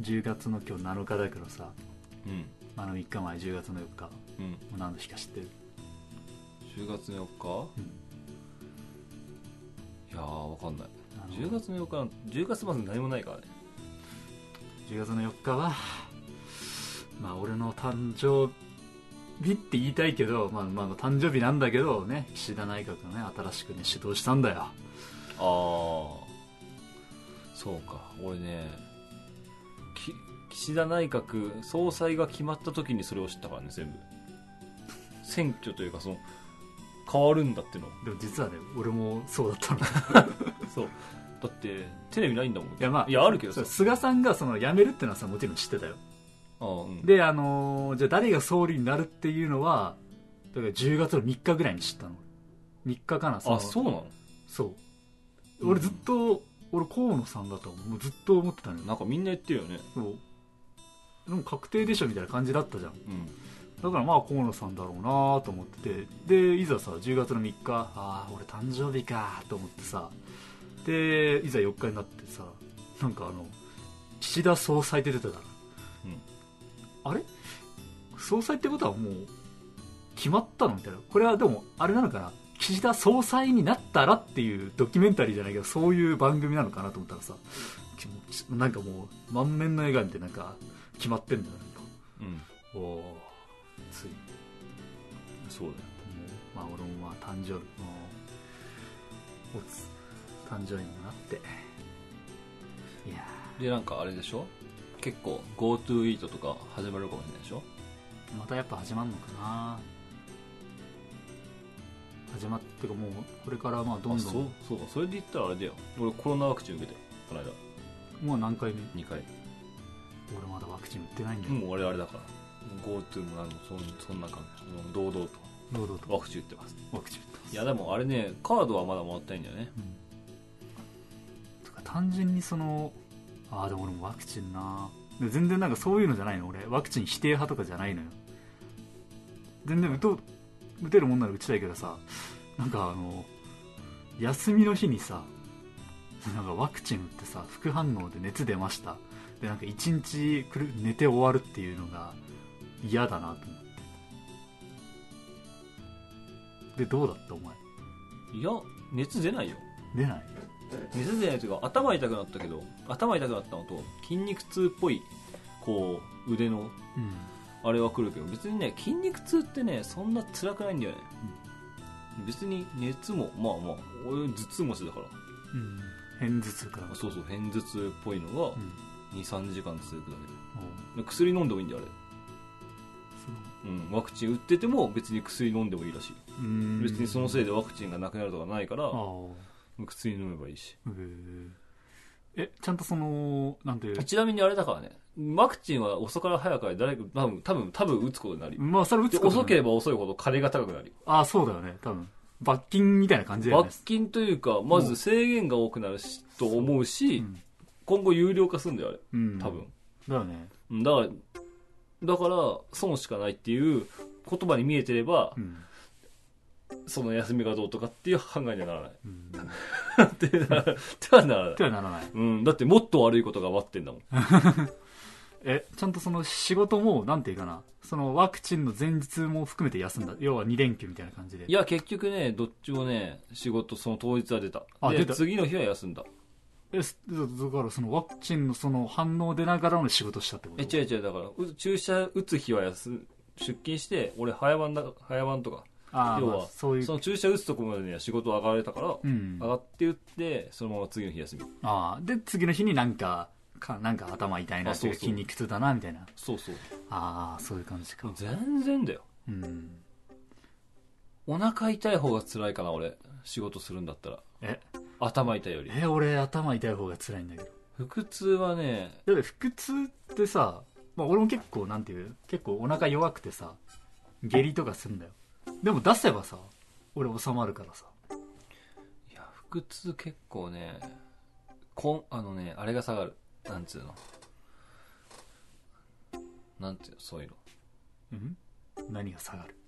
10月の今日7日だけどさ、うんまあ、あの3日前10月の4日もうんう何の日か知ってる、 10月うの4ん日いやーわかんないあの10月の4日10月まで何もないからね10月の4日はまあ俺の誕生日って言いたいけど、まあ、まあ誕生日なんだけどね岸田内閣がね新しくね始動したんだよああそうか俺ねき岸田内閣総裁が決まった時にそれを知ったから ね全部選挙というかその変わるんだってのでも実はね俺もそうだったのいそうだってテレビないんだもんやまあいやあるけどそさう菅さんがその辞めるってのはさもちろん知ってたよあー、うん、であのーじゃあ誰が総理になるっていうのはだから10月の3日ぐらいに知ったの3日かなのあそうなのそう俺ずっと、俺河野さんだと思うもうずっと思ってたのよなんかみんな言ってるよねそうでも確定でしょみたいな感じだったじゃんうんだからまあ河野さんだろうなと思っててでいざさ10月の3日ああ俺誕生日かと思ってさでいざ4日になってさなんかあの岸田総裁って出てたから、あれ総裁ってことはもう決まったのみたいなこれはでもあれなのかな岸田総裁になったらっていうドキュメンタリーじゃないけどそういう番組なのかなと思ったらさきもうなんかもう満面の笑顔でなんか決まってんだよなんかうんおおついそうだよまあ俺もまあ誕生日もおつ誕生日にもなっていやでなんかあれでしょ結構 GoTo イートとか始まるかもしれないでしょーまたやっぱ始まるのかな始まってかもうこれからまあどんあどそうんそうかそれで言ったらあれだよ俺コロナワクチン受けてこの間もう何回目2回俺まだワクチン打ってないんだよ、もう我々だから GoTo もなんもそんそんな感じもう堂々と堂々とワクチン打ってますワクチン打ってますいやでもあれねカードはまだもらってないんだよねうんとか単純にそのああでも俺もワクチンなで全然なんかそういうのじゃないの俺ワクチン否定派とかじゃないのよ全然打とう打てるもんなら打ちたいけどさなんかあの休みの日にさなんかワクチン打ってさ副反応で熱出ましたでなんか一日くる寝て終わるっていうのが嫌だなと思ってでどうだったお前いや熱出ないよ出ない熱出ないというか頭痛くなったけど頭痛くなったのと筋肉痛っぽいこう腕のうんあれは来るけど別にね筋肉痛ってねそんな辛くないんだよね、別に熱もまあまあ俺頭痛持ちだからうん偏頭痛からあそうそう片頭痛っぽいのがうん23時間続くだおうけで薬飲んでもいいんだよあれそのうん、ワクチン打ってても別に薬飲んでもいいらしい、うん別にそのせいででワクチンがなくなるとかないからああ薬飲めばいいしへええちゃんとそのなんていうちなみにあれだからねワクチンは遅から早から誰か多分多分多分打つことになりまあそれ打つこと遅ければば遅いほど金が高くなりああそうだよね多分罰金みたいな感じだよね罰金というかまず制限が多くなるしと思うし、うん今後有料化するんだよあれうん多分、だよねうん、だからだから損しかないっていう言葉に見えてればう、んその休みがどうとかっていう考えにはならない うんってなってはならないてはならないうん、だってもっと悪いことが待ってんだもん。えちゃんとその仕事もなんていうかなそのワクチンの前日も含めて休んだ要は2連休みたいな感じでいや、結局ね、どっちもね、仕事、その当日は出た。あで出た次の日は休んだ。えすだだからそのワクチンのその反応出ながらの仕事したってこえ、と違う違う、だから、う注射打つ日は休む出勤して、俺、早番だ、早番とか、ああ要まはあそういうその注射打つとこまでには仕事上がれたから、うん上がって打って、そのまま次の日休み。ああで次の日になんかかなんか頭痛いなあそうそう筋肉痛だなみたいなそうそう。ああそういう感じか全然だよ。うんお腹痛い方が辛いかな、俺。仕事するんだったら。え頭痛いより。え俺頭痛い方が辛いんだけど腹痛はね、だって腹痛ってさ、まあ、俺も結構なんていう結構お腹弱くてさ下痢とかすんだよでも出せばさ俺収まるからさいや腹痛結構ねこんあのねあれが下がるなんつうのなんつうのそういううん何が下がるの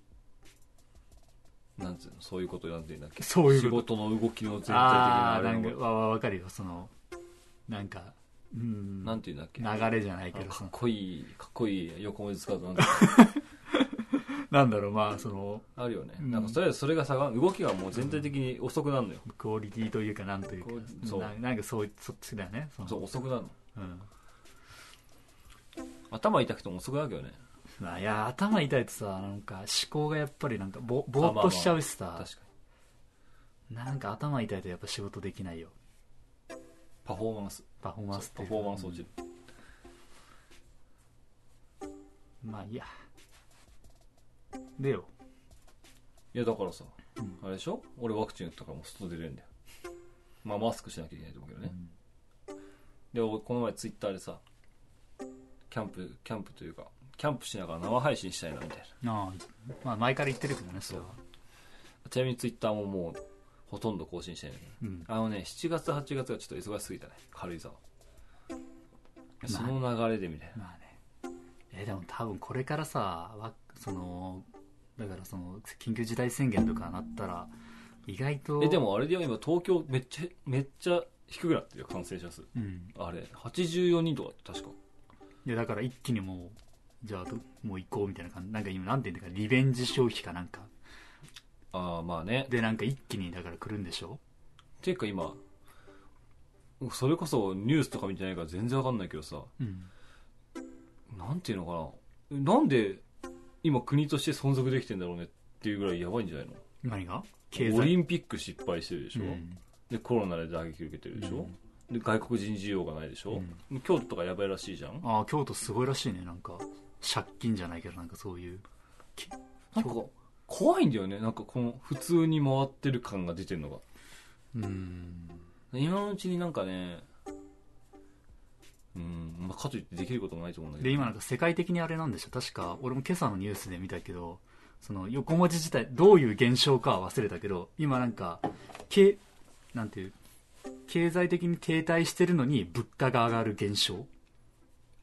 なんつうのそういうことなんていうんだっけそういう仕こと事の動きの全体的なあああーれなんのかわわわかるよそのなんかうんなんていうんだっけ流れじゃないけあどかさっこいいかっこいい横文字使うとなんかなんだろうまあそのあるよね、うんなんかそれそれがさ動きがもう全体的に遅くなるのよ、クオリティというかなんというかこうそうななんかそうそっちだよねそのそう遅くなるのうん頭痛くても遅くなるけどねまあいや頭痛いとさなんか思考がやっぱりなんかぼぼーっとしちゃうしさ、確かになんか頭痛いとやっぱ仕事できないよパフォーマンスパフォーマンスってパいうフォーマンス落ちる、うんまあいいやでよいやだからさ、うんあれでしょ俺ワクチン打ったからもう外出れるんだよまあマスクしなきゃいけないと思うけどね、で俺この前ツイッターでさキャンプキャンプというかキャンプしながら生配信したいなみたいなああまあ前から言ってるけどねそれはちなみにツイッターももうほとんど更新してないんだけどうんあのね7月8月がちょっと忙しすぎたね軽井沢あその流れでみたいなまあねえでも多分これからさわそのだからその緊急事態宣言とかなったら意外とえでもあれだよ今東京めっちゃめっちゃ低くなってるよ感染者数うんあれ84人とかって確かいやだから一気にもうじゃあどもう行こうみたいな感じなんか今なんていうんだかリベンジ消費かなんかああまあねでなんか一気にだから来るんでしょていうか今それこそニュースとか見てないから全然わかんないけどさうんなんていうのかななんで今国として存続できてんだろうねっていうぐらいやばいんじゃないの何が経オリ済ンピック失敗してるでしょ、うんでコロナで打撃受けてるでしょ、で外国人需要がないでしょ、京都とかやばいらしいじゃんああ京都すごいらしいねなんか借金じゃないけどなんかそういうなんか怖いんだよねなんかこの普通に回ってる感が出てるのがうん今のうちになんかねうん、まあ、かといってできることもないと思うんだけどで今なんか世界的にあれなんでしょ確か俺も今朝のニュースで見たけどその横文字自体どういう現象かは忘れたけど今なんかけなんていう経済的に停滞してるのに物価が上がる現象っ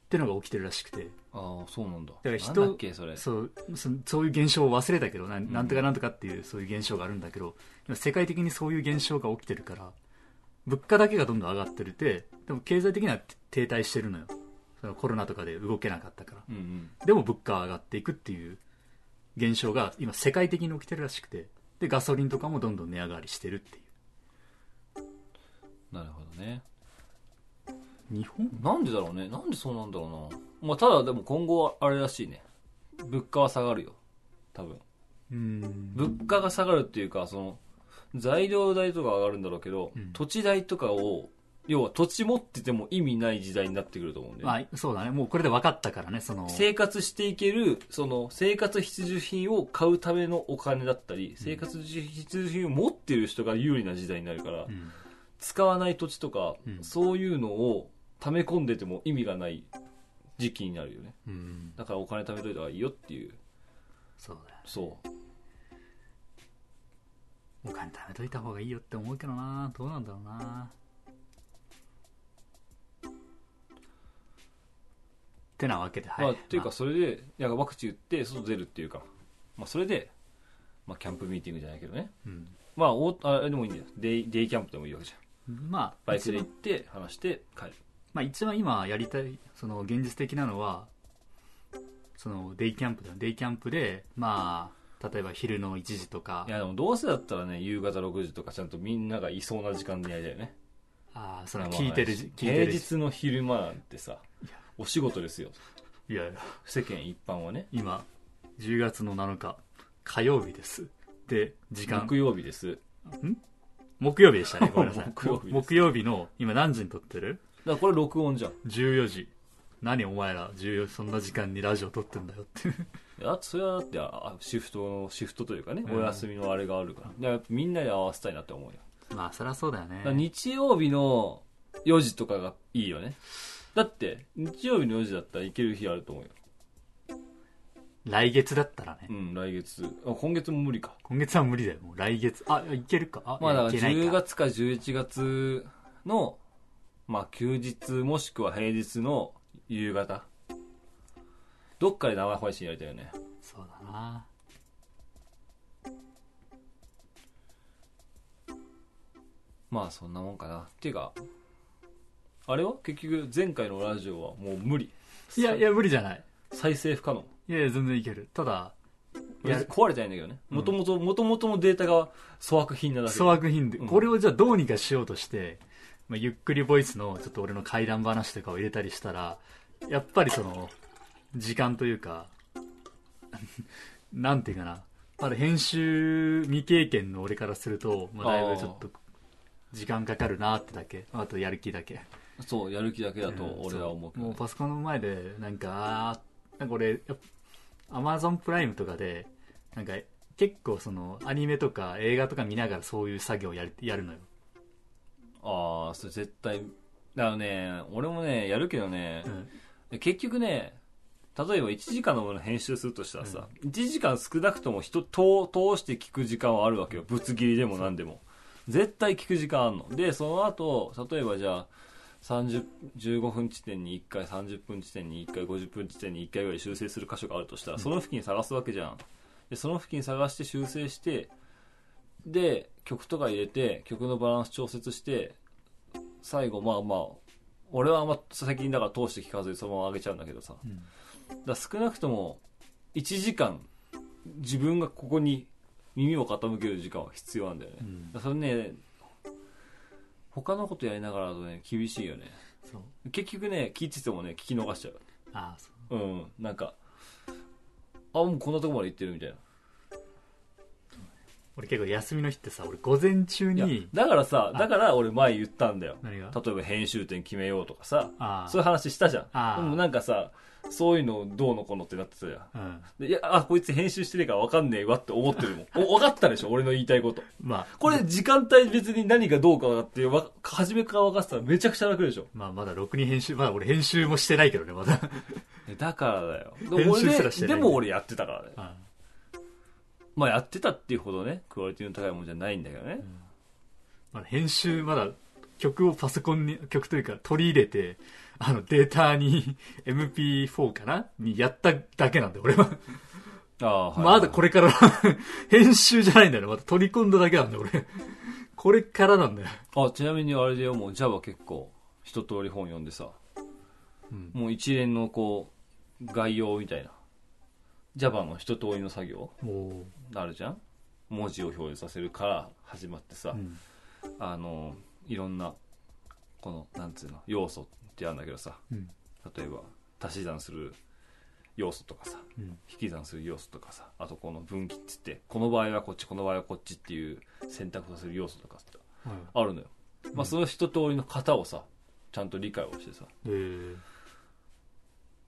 てのが起きてるらしくてああそうなんだから人なんだっけそれそうそそういう現象を忘れたけどなんなんとかなんとかっていうそういう現象があるんだけど今世界的にそういう現象が起きてるから物価だけがどんどん上がってるてでも経済的には停滞してるのよそのコロナとかで動けなかったからうんうんでも物価は上がっていくっていう現象が今世界的に起きてるらしくてでガソリンとかもどんどん値上がりしてるっていなるほどねう日本なんでだろうねなんでそうなんだろうなまあただでも今後はあれらしいね物価は下がるよ多分うん物価が下がるっていうかその材料代とか上がるんだろうけど、うん土地代とかを要は土地持ってても意味ない時代になってくると思うんで、まあそうだねもうこれで分かったからねその生活していけるその生活必需品を買うためのお金だったり生活必需品を持ってる人が有利な時代になるから、うん使わない土地とか、うんそういうのを溜め込んでても意味がない時期になるよねうんだからお金貯めといた方がいいよっていうそうだよそうお金貯めといた方がいいよって思うけどなどうなんだろうなってなわけではい、まあ、っていうかそれでなんかワクチン打って外出るっていうか、まあ、それで、まあ、キャンプミーティングじゃないけどねうんまあおあれでもいいんだよデイデイキャンプでもいいわけじゃんまあバイクで行って話して帰るまあ、一番今やりたいその現実的なのはそのデイキャンプだデイキャンプでまあ例えば昼の1時とかいやでもどうせだったらね夕方6時とかちゃんとみんながいそうな時間でやりたいよねああそれは聞いてるじ聞い平てるじ日の昼間なんてさお仕事ですよいやいや世間一般はね今10月の7日火曜日ですで時間木曜日です木曜日でした ねごめんなさい木曜日です木曜日の今何時に撮ってるだからこれ録音じゃん14時何お前ら14時そんな時間にラジオ撮ってんだよっていう だってそれはだってあシフトのシフトというかねうんお休みのあれがあるから,、やっぱみんなで合わせたいなって思うよまあそりゃそうだよだからね日曜日の4時とかがいいよねだって日曜日の4時だったら行ける日あると思うよ来月だったらねうん来月あ今月も無理か今月は無理だよもう来月あいけるかあまあだいかけらない10か月か11月の、まあ休日もしくは平日の夕方。どっかで生配信やりたいよね。そうだなまあそんなもんかな。っていうか、あれは結局前回のラジオはもう無理いやいや無理じゃない再生不可能いやいや全然いけるただいや壊れてないんだけどねうんもともともともとのデータが粗悪品なだけで粗悪品で、うんこれをじゃあどうにかしようとして、まあ、ゆっくりボイスのちょっと俺の怪談話とかを入れたりしたらやっぱりその時間というか なんていうかなあれ編集未経験の俺からすると、まあ、だいぶちょっと時間かかるなってだけあとやる気だけそうやる気だけだとうん俺は思うけそもどうパソコンの前でなんかあーなんか俺アマゾンプライムとかでなんか結構そのアニメとか映画とか見ながらそういう作業をやるやるのよああそれ絶対だからね俺もねやるけどねう、んで結局ね例えば1時間のものを編集するとしたらさ、1時間少なくとも人と通して聞く時間はあるわけよぶつ切りでも何でも絶対聞く時間あんのでその後例えばじゃあ30 15分地点に1回30分地点に1回50分地点に1回ぐらい修正する箇所があるとしたらその付近探すわけじゃんでその付近探して修正してで曲とか入れて曲のバランス調節して最後まあまあ俺はあんま最近だから通して聞かずにそのまま上げちゃうんだけどさうんだから少なくとも1時間自分がここに耳を傾ける時間は必要なんだよね、うんだからそれね他のことやりながらだとね厳しいよねそう結局ね聞いててもね聞き逃しちゃうああそううんなんかあもうこんなとこまで行ってるみたいな俺結構休みの日ってさ俺午前中いやにだからさだから俺前言ったんだよ何が例えば編集点決めようとかさあそういう話したじゃあーんでもなんかさそういうのどうのこうのってなってたじゃんあうんでいや、あ、こいつ編集してねえから分かんねえわって思ってるもん。お分かったでしょ俺の言いたいこと。まあこれ時間帯別に何がどうかだって、わ初めから分かってたらめちゃくちゃ楽でしょまあまだろくに編集まだ俺編集もしてないけどねまだだからだよ。で編集す俺らしてねなでいも俺やってたからね。あまあやってたっていうほどね、クオリティの高いもんじゃないんだけどね。まだ編集まだ曲をパソコンに曲というか取り入れてあのデータに MP4 かなにやっただけなんで俺はああ、はい。まだこれ。れから 編集じゃないんだよねまだ取り込んだだけなんだよ俺これからなんだよあ、ちなみにあれでよ、もう Java 結構一通り本読んでさ、うんもう一連のこう、概要みたいな。Java の一通りの作業おあるじゃん文字を表示させるから始まってさ、うんあのいろんなこのなんつうの要素ってあるんだけどさうん例えば足し算する要素とかさうん引き算する要素とかさあとこの分岐っつってこの場合はこっちこの場合はこっちっていう選択させる要素とかさうんあるのよ、まあ、その一通りの型をさちゃんと理解をしてさえー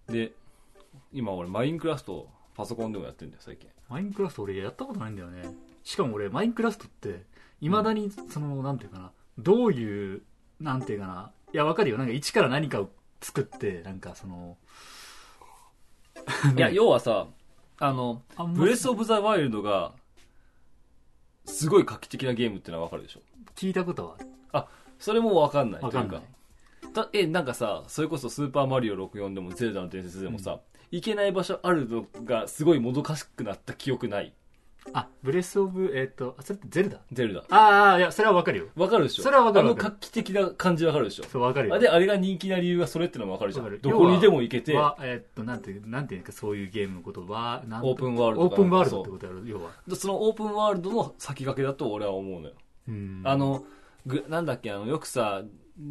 で今俺マインクラフトをパソコンでもやってるんだよ最 近マインクラフト俺やったことないんだよねしかも俺マインクラフトっていまだにその、なんていうかなどういうなんていうかないやわかるよなんか一から何かを作ってなんかそのいや要はさあのあんまブレス・オブ・ザ・ワイルドがすごい画期的なゲームってのはわかるでしょ聞いたことはあるそれもわかんないわかんないというかだえなんかさそれこそ「スーパーマリオ64」でも「ゼルダの伝説」でもさ、行けない場所あるのがすごいもどかしくなった記憶ないあブレスオブえっ、とあそれってゼルダゼルダああいやそれはわかるよわかるでしょそれはわかるあのわかる画期的な感じわかるでしょそうわかるよあであれが人気な理由がそれってのもわかるじゃわかんるどこにでも行けてはえっ、となんていうなんていうかそういうゲームのことはなんとオープンワールドオープンワールドそっうてことやろ要はでそのオープンワールドの先駆けだと俺は思うのようんあのぐなんだっけあのよくさ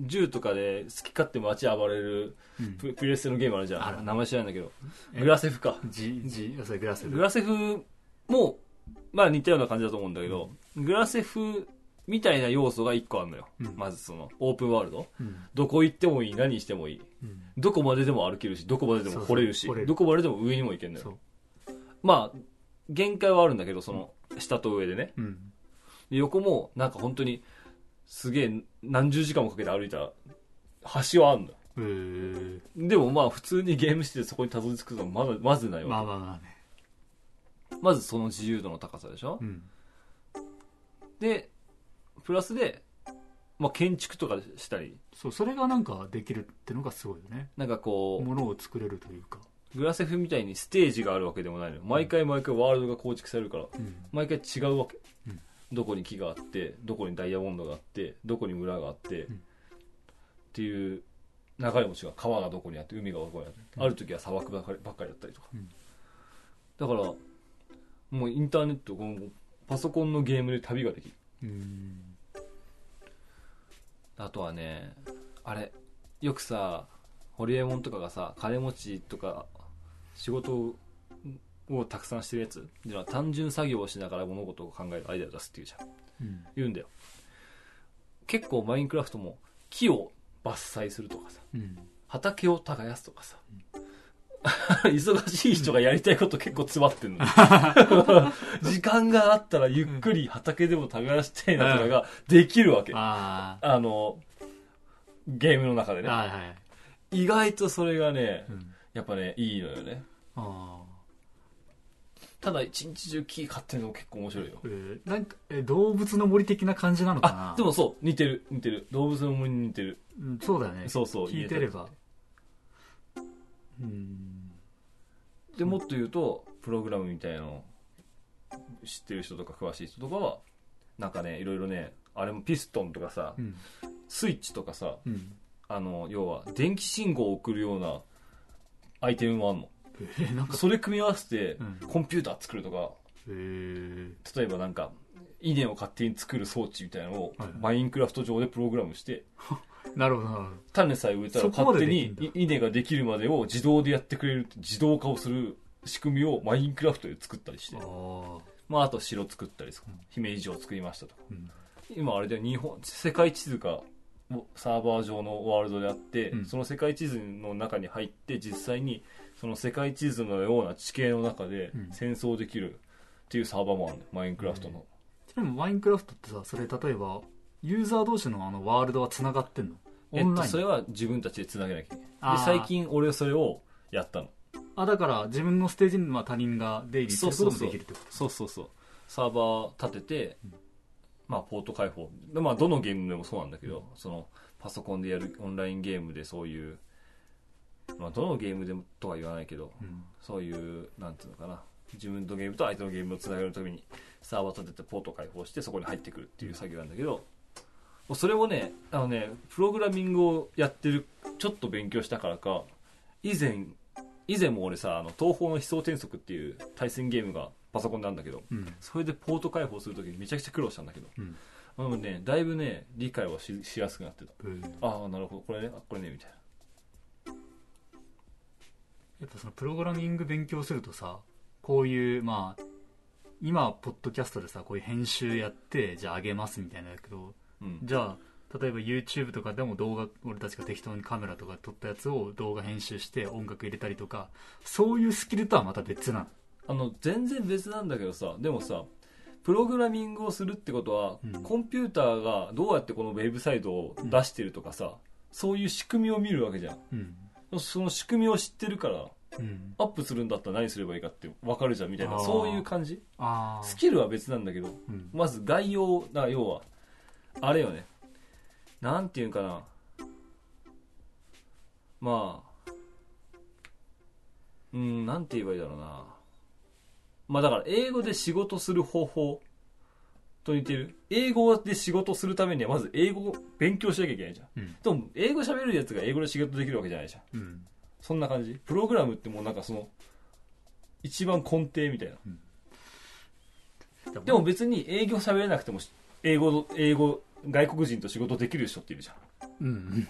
銃とかで好き勝手街暴れるうんププレステのゲームあるじあゃるん名前知らないんだけどえグラセフか G, G それグラスグラセフもまあ似たような感じだと思うんだけど、グラセフみたいな要素が1個あるのよ、うんまずそのオープンワールドうんどこ行ってもいい何してもいいうんどこまででも歩けるしどこまででも来れるしそうそう来れるどこまででも上にも行けるのそようまあ限界はあるんだけどその下と上でねうんで横もなんか本当にすげえ何十時間もかけて歩いた橋はあるのようーでもまあ普通にゲームしてそこにたどり着くのはまだまずないわけ、まあまあまあねまずその自由度の高さでしょ、うんでプラスで、まあ、建築とかしたりそうそれがなんかできるってのがすごいよねなんかこものを作れるというか、うグラセフみたいにステージがあるわけでもないのよ毎回毎回ワールドが構築されるからうん毎回違うわけ、うんどこに木があってどこにダイヤモンドがあってどこに村があって、うんっていう流れも違う川がどこにあって海がどこにあって、うんある時は砂漠ばっかりばっかりだったりとか、うんだからもうインターネットこのパソコンのゲームで旅ができるうんあとはねあれよくさホリエモンとかがさ金持ちとか仕事ををたくさんしてるやつじゃあ単純作業をしながら物事を考えるアイデアを出すっていうじゃんうん言うんだよ結構マインクラフトも木を伐採するとかさうん畑を耕すとかさ、 忙しい人がやりたいこと結構詰まってんの 時間があったらゆっくり畑でも耕したいなとかができるわけ、ああのゲームの中であねはいはい意外とそれがねうんやっぱねいいのよねああただ一日中木買ってるのも結構面白いよえーなんかえー動物の森的な感じなのかなあでもそう似てる似てる動物の森に似てるうんそうだよねそうそう聞いてれ言えばうんたでもっと言うとプログラムみたいなの知ってる人とか詳しい人とかはなんかねいろいろねあれもピストンとかさ、うんスイッチとかさうんあの要は電気信号を送るようなアイテムもあるのえーなんかそれ組み合わせてうんコンピューター作るとかえー例えばなんか稲を勝手に作る装置みたいなのをはいはいマインクラフト上でプログラムしてなるほどなるほど種さえ植えたらそこま勝で手できるにんだい稲ができるまでを自動でやってくれる自動化をする仕組みをマインクラフトで作ったりしてああまあ、あと城作ったりとか姫路城作りましたとかうん今あれで日本世界地図がサーバー上のワールドであって、うんその世界地図の中に入って実際にその世界地図のような地形の中でうん戦争できるっていうサーバーもあるのよマインクラフトの、でもマインクラフトってさそれ例えばユーザー同士のあのワールドはつながってんのオえっンと、ライン、それは自分たちでつなげなきゃいけなあいーで最近俺はそれをやったのあだから自分のステージには他人が出入りすることもできるってことそうそうそうサーバー立てて、うんまあ、ポート開放、でまあ、どのゲームでもそうなんだけど、そのパソコンでやるオンラインゲームでそういう、まあ、どのゲームでもとは言わないけどうんそういうなんていうのかな自分のゲームと相手のゲームをつなげるためにサーバー立ててポート開放してそこに入ってくるっていう作業なんだけど、それをねあのねプログラミングをやってるちょっと勉強したからか以前以前も俺さあの東方の悲壮転則っていう対戦ゲームがパソコンなんだけどうんそれでポート開放するときにめちゃくちゃ苦労したんだけどうんでもねだいぶね理解はししやすくなってたえーああなるほどこれねあこれねみたいなやっぱそのプログラミング勉強するとさこういうまあ今ポッドキャストでさこういう編集やってじゃあ上げますみたいなんだけどうんじゃあ例えば YouTube とかでも動画俺たちが適当にカメラとかで撮ったやつを動画編集して音楽入れたりとかそういうスキルとはまた別なのあの全然別なんだけどさでもさプログラミングをするってことは、うんコンピューターがどうやってこのウェブサイトを出してるとかさ、そういう仕組みを見るわけじゃうんんその仕組みを知ってるからうんアップするんだったら何すればいいかって分かるじゃんみたいあなーそういう感じあスあキルは別なんだけどうんまず概要だから要はあれよねなんていうんかなまあうんなんて言えばいいだろうなまあだから英語で仕事する方法と似てる英語で仕事するためにはまず英語を勉強しなきゃいけないじゃんうんでも英語喋れるやつが英語で仕事できるわけじゃないじゃんうんそんな感じプログラムってもうなんかその一番根底みたいなでも別に営業喋れなくてもし英語の英語外国人と仕事できる人っているじゃん、うん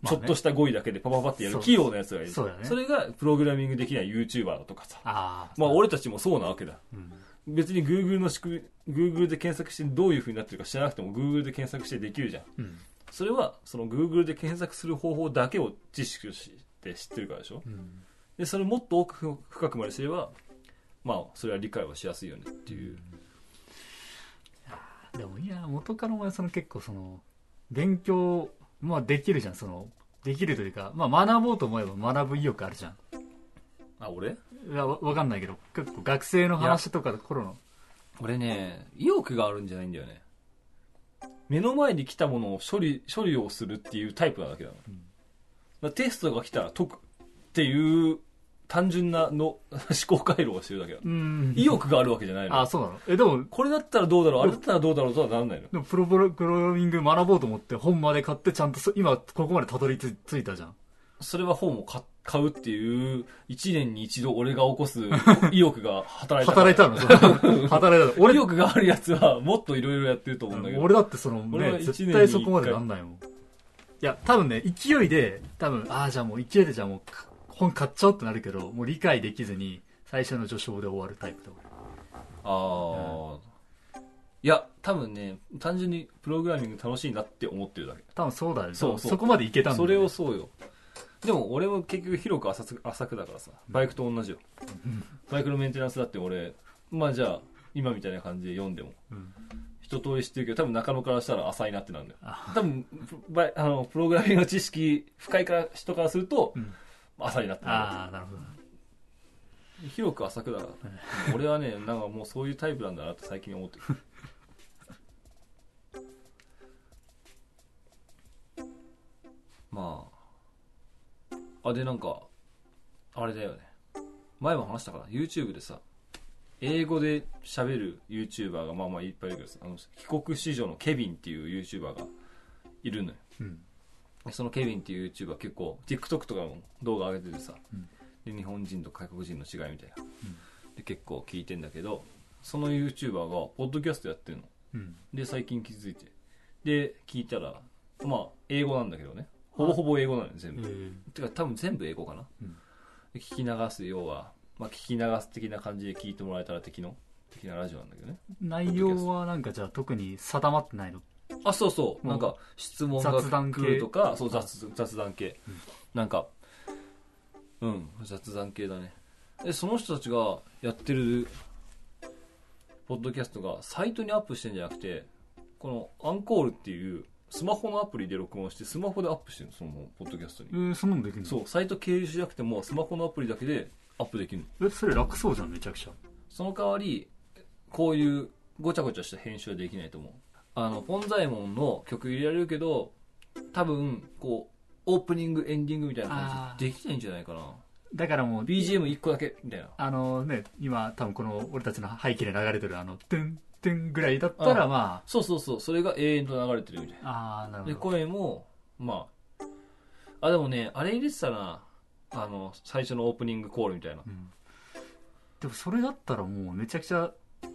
まあねちょっとした語彙だけでパパパってやそるう器用なやつがいるそうだねれがプログラミングできない YouTuber だとかさああまあ俺たちもそうなわけだうん別に Google の仕組み Google で検索してどういう風になってるか知らなくても Google で検索してできるじゃんうんそれはその Google で検索する方法だけを知識として知ってるからでしょうんでそれもっと奥く深くまで知ればまあそれは理解はしやすいよねっていうでもいや元からお前その結構その勉強まあできるじゃんそのできるというかまあ学ぼうと思えば学ぶ意欲あるじゃんあ俺いやわわかんないけど結構学生の話とかの頃の俺ね意欲があるんじゃないんだよね目の前に来たものを処理処理をするっていうタイプなだけだな、うんだからテストが来たら解くっていう単純なの思考回路をしてるだけだうん意欲があるわけじゃないのあそうなのえでもこれだったらどうだろうあれだったらどうだろうとはならないのでもプログラミング学ぼうと思って本まで買ってちゃんとそ今ここまでたどりつついたじゃんそれは本を買買うっていう1年に一度俺が起こす意欲が働いたか働らいたのそ の働いたの意俺欲があるやつはもっといろいろやってると思うんだけど俺だってその俺はね一年絶に対そこまでなんないもんいや多分ね勢いで多分ああじゃあもう勢いでじゃあもうか本買っちゃおうってなるけどもう理解できずに最初の序章で終わるタイプだ俺ああ、いや多分ね単純にプログラミング楽しいなって思ってるだけ多分そうだよねそうそうそこまでいけたんだそよねれをそうよでも俺は結局広く浅く浅くだからさバイクと同じよバイクのメンテナンスだって俺まあじゃあ今みたいな感じで読んでも、うん一通り知ってるけど多分中野からしたら浅いなってなるんだよあ多分バイあのプログラミングの知識深いから人からすると、うん浅いなってなるああなるほどな広く浅くだから俺はねなんかもうそういうタイプなんだなって最近思ってるまああでなんかあれだよね前も話したかな YouTube でさ英語で喋る YouTuber がまあまあいっぱいいるけどさあの帰国子女のケビンっていう YouTuber がいるのようんそのケビンっていう YouTuber 結構 TikTok とかも動画上げててさ、うんで日本人と外国人の違いみたいな、で結構聞いてんだけどその YouTuber がポッドキャストやってるのうんで最近気づいてで聞いたらまあ英語なんだけどねほぼほぼ英語なのよ全え部、ーてか多分全部英語かな、うんで聞き流す要は、まあ、聞き流す的な感じで聞いてもらえたら敵の的なラジオなんだけどね内容はなんかじゃあ特に定まってないのあそうそううんなんか質問が雑談系来るとかそう雑雑談系、うんなんかうん雑談系だねでその人たちがやってるポッドキャストがサイトにアップしてんじゃなくてこのアンコールっていうスマホのアプリで録音してスマホでアップしてるのそのポッドキャストに、えーそんなのできるのそうサイト経由しなくてもスマホのアプリだけでアップできるのえそれ楽そうじゃんめちゃくちゃその代わりこういうごちゃごちゃした編集はできないと思うあのポンザイモンの曲入れられるけど多分こうオープニングエンディングみたいな感あーじできないんじゃないかなだからもう BGM1 個だけみたいなあのね今多分この俺たちの背景で流れてるあの「トゥントゥン」ぐらいだったらまそうそうそうそれが永遠と流れてるみたいあああーななるでほど声もまああでもねあれ入れてたなあの最初のオープニングコールみたいな、うんでもそれだったらもうめちゃくちゃ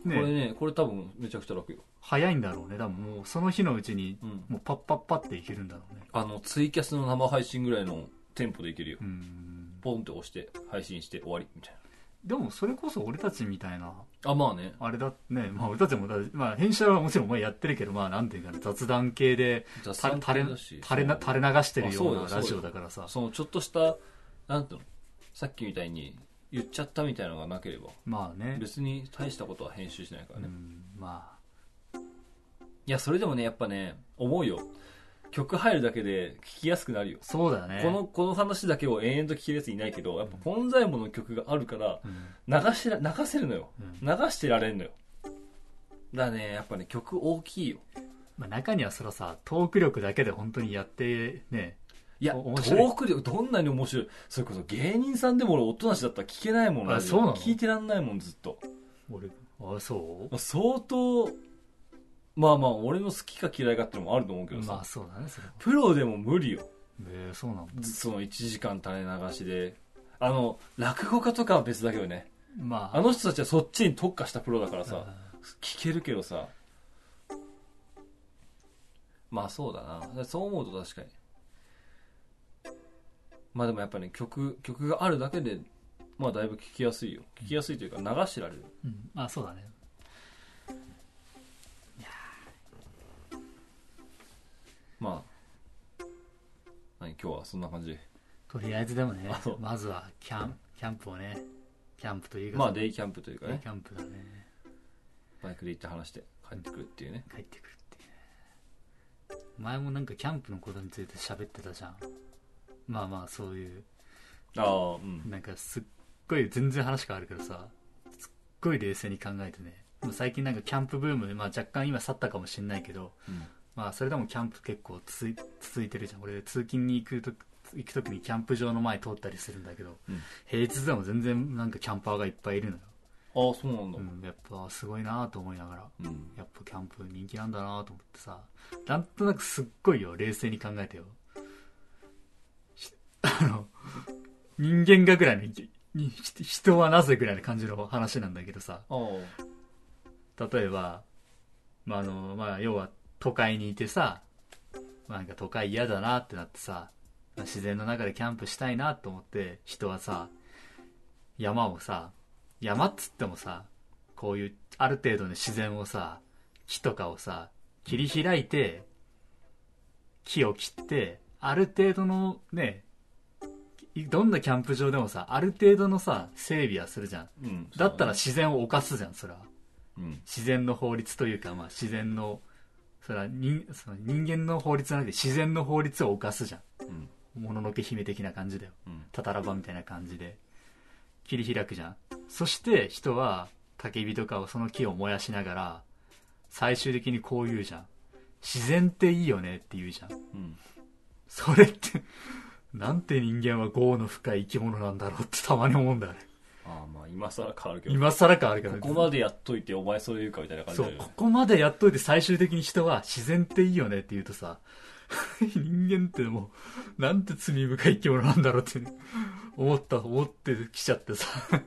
ねこれねこれ多分めちゃくちゃ楽よ早いんだろうね多分もうその日のうちにうんもうパッパッパっていけるんだろうねあのツイキャスの生配信ぐらいのテンポでいけるようんポンって押して配信して終わりみたいでもそれこそ俺たちみたいななあまあねあれだねまあ俺たちもだまあ編集はもちろんお前やってるけどまあなんていうかな雑談系で雑垂談れ垂れ系だし垂れな垂れ流してるようあなそうよラそうジよオだからさそのちょっとしたなんていうのさっきみたいに言っちゃったみたいなのがなければまあね別に大したことは編集しないからうね、いんまあやそれでもねやっぱね思うよ曲入るだけで聞きやすくなるよ、そうだよねこのこの話だけを延々と聞けるやついないけどやっぱポンザイモの曲があるからうん流しら流せるのよ、うん流してられんのよだからねやっぱね曲大きいよまあ、中にはそらさトーク力だけで本当にやってねいや、トお面白いーク力、どんなに面白い。それこそ芸人さんでも俺、おとなしだったら聞けないもんあラジオそうなの聞いてらんないもん、ずっと。俺あそまあ相当、まあまあ、俺の好きか嫌いかってのもあると思うけうどさ、まあそうだねそれはプロでも無理よ。えーそうなんだその1時間垂れ流しで。あの、落語家とかは別だけどね。まああの人たちはそっちに特化したプロだからさ、あ聞けるけどさ。まあそうだな。そう思うと確かに。まあでもやっぱね、曲、曲があるだけで、まあだいぶ聞きやすいよ。聞きやすいというか流してられる。うんまあそうだねまあ、何今日はそんな感じ。とりあえずでもねあそうまずはキャンキャンプをねキャンプというかまあデイキャンプというかデイねキ、ャンプだねバイクで行って話して帰ってくるっていうね。帰ってくるっていうね前もなんかキャンプのことについて喋ってたじゃんまあまあそういうああ、うん。なんかすっごい全然話変わるけどさすっごい冷静に考えてねもう最近なんかキャンプブーム、まあ、若干今去ったかもしれないけど、うんまあ、それでもキャンプ結構つい続いてるじゃん俺通勤に行くと行く時にキャンプ場の前通ったりするんだけど、うん平日でも全然なんかキャンパーがいっぱいいるのよ、ああそうなんだううん、ん、やっぱすごいなと思いながらうんやっぱキャンプ人気なんだなと思ってさなんとなくすっごいよ冷静に考えてよし あの人間がぐらいのににひ人はなぜぐらいの感じの話なんだけどさああ例えば、まああのまあ、要は都会にいてさ、まあ、なんか都会嫌だなってなってさ、まあ自然の中でキャンプしたいなと思って人はさ山をさ山っつってもさこういうある程度の自然をさ木とかをさ切り開いて木を切ってある程度のねいどんなキャンプ場でもさある程度のさ整備はするじゃんうんだったら自然を侵すじゃんそれはうん自然の法律というか、まあ、自然のそれは人その人間の法律じゃなくて自然の法律を犯すじゃうんんもののけ姫的な感じだようんたたらばみたいな感じで切り開くじゃんそして人は焚き火とかをその木を燃やしながら最終的にこう言うじゃん自然っていいよねって言うじゃんうんそれってなんて人間は業の深い生き物なんだろうってたまに思うんだよねああまあ今更変わるけど今更かあるけどここまでやっといてお前それ言うかみたいな感じそだうよ、ねここまでやっといて最終的に人は自然っていいよねって言うとさ、 人間ってもう、なんて罪深い生き物なんだろうってね、思った、思ってきちゃってさ、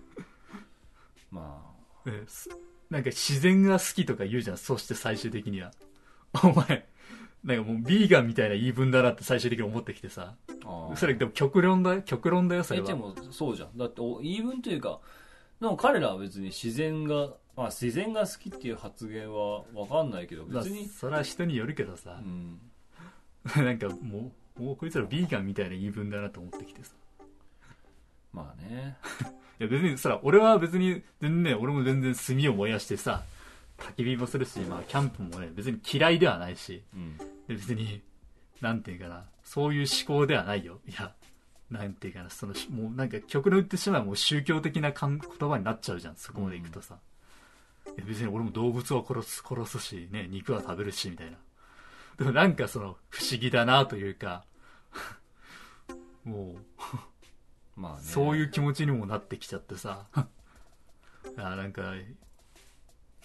まあねすなんか自然が好きとか言うじゃん、そして最終的には。 お前、なんかもうビーガンみたいな言い分だなって最終的に思ってきてさ、ああそれでも極論だよ、極論だよ、それえはで。もそうじゃんだってお言い分というかでも彼らは別に自然が、まあ、自然が好きっていう発言は分かんないけどまあ別に、それは人によるけどさう、ん、 なんかもう、もうこいつらビーガンみたいな言い分だなと思ってきてさ。まあねいや別にそら俺は別に全然ね俺も全然炭を燃やしてさ焚き火もするし、まあ、キャンプもね別に嫌いではないしうんで別になんていうかなそういう思考ではないよいやなんていうかなそのもうなんか極論言ってしまえばもう宗教的な感言葉になっちゃうじゃんそこまでいくとさ、いや別に俺も動物は殺す殺すし、ね、肉は食べるしみたいなでもなんかその不思議だなというか もうまあねそういう気持ちにもなってきちゃってさあーなんか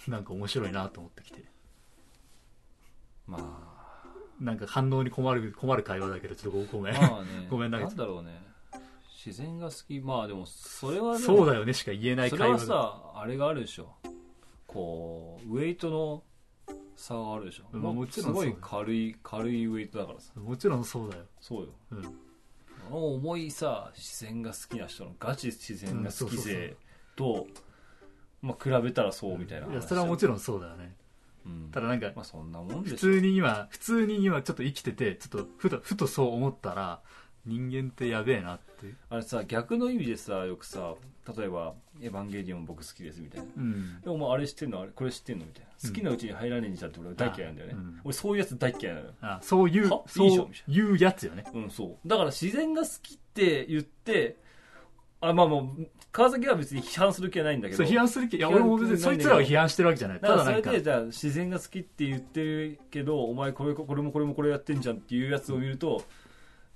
なんか面白いなと思ってきてまなんか反応に困る困る会話だけどちょっとごごめあん、まあね ごめんななさいんだろうね自然が好きまあでもそれは でもそうだよねしか言えないそ会れは話ださあれがあるでしょこうウェイトの差があるでしょ、うんまあもちろんすごそういだよ軽い軽いウェイトだからさもちろんそうだよ、そうようん、あの重いさ自然が好きな人のガチ自然が好き勢と、まあ、比べたらそうみたいな話やそれはもちろんそうだよねうんただなんかまあそんなもん普でしょ通に今普通に今ちょっと生きててちょっとふとふとそう思ったら人間ってやべえなってあれさ逆の意味でさよくさ例えば「エヴァンゲリオン僕好きです」みたいなうんでもまああれ知ってんのあれこれ知ってんのみたいな好きなうちに入らねえんじゃんって俺は大嫌いなんだよね、あうん俺そういうやつ大嫌いなのよあそういうはそいいじゃんうみたいうやつよねうんそうだから自然が好きって言ってあまあまあ川崎は別に批判する気はないんだけどそう批判する気いや批判俺も別にそいつらを批判してるわけじゃないだかただらそなんれかでじゃあ自然が好きって言ってるけどお前これこれもこれもこれやってんじゃんっていうやつを見ると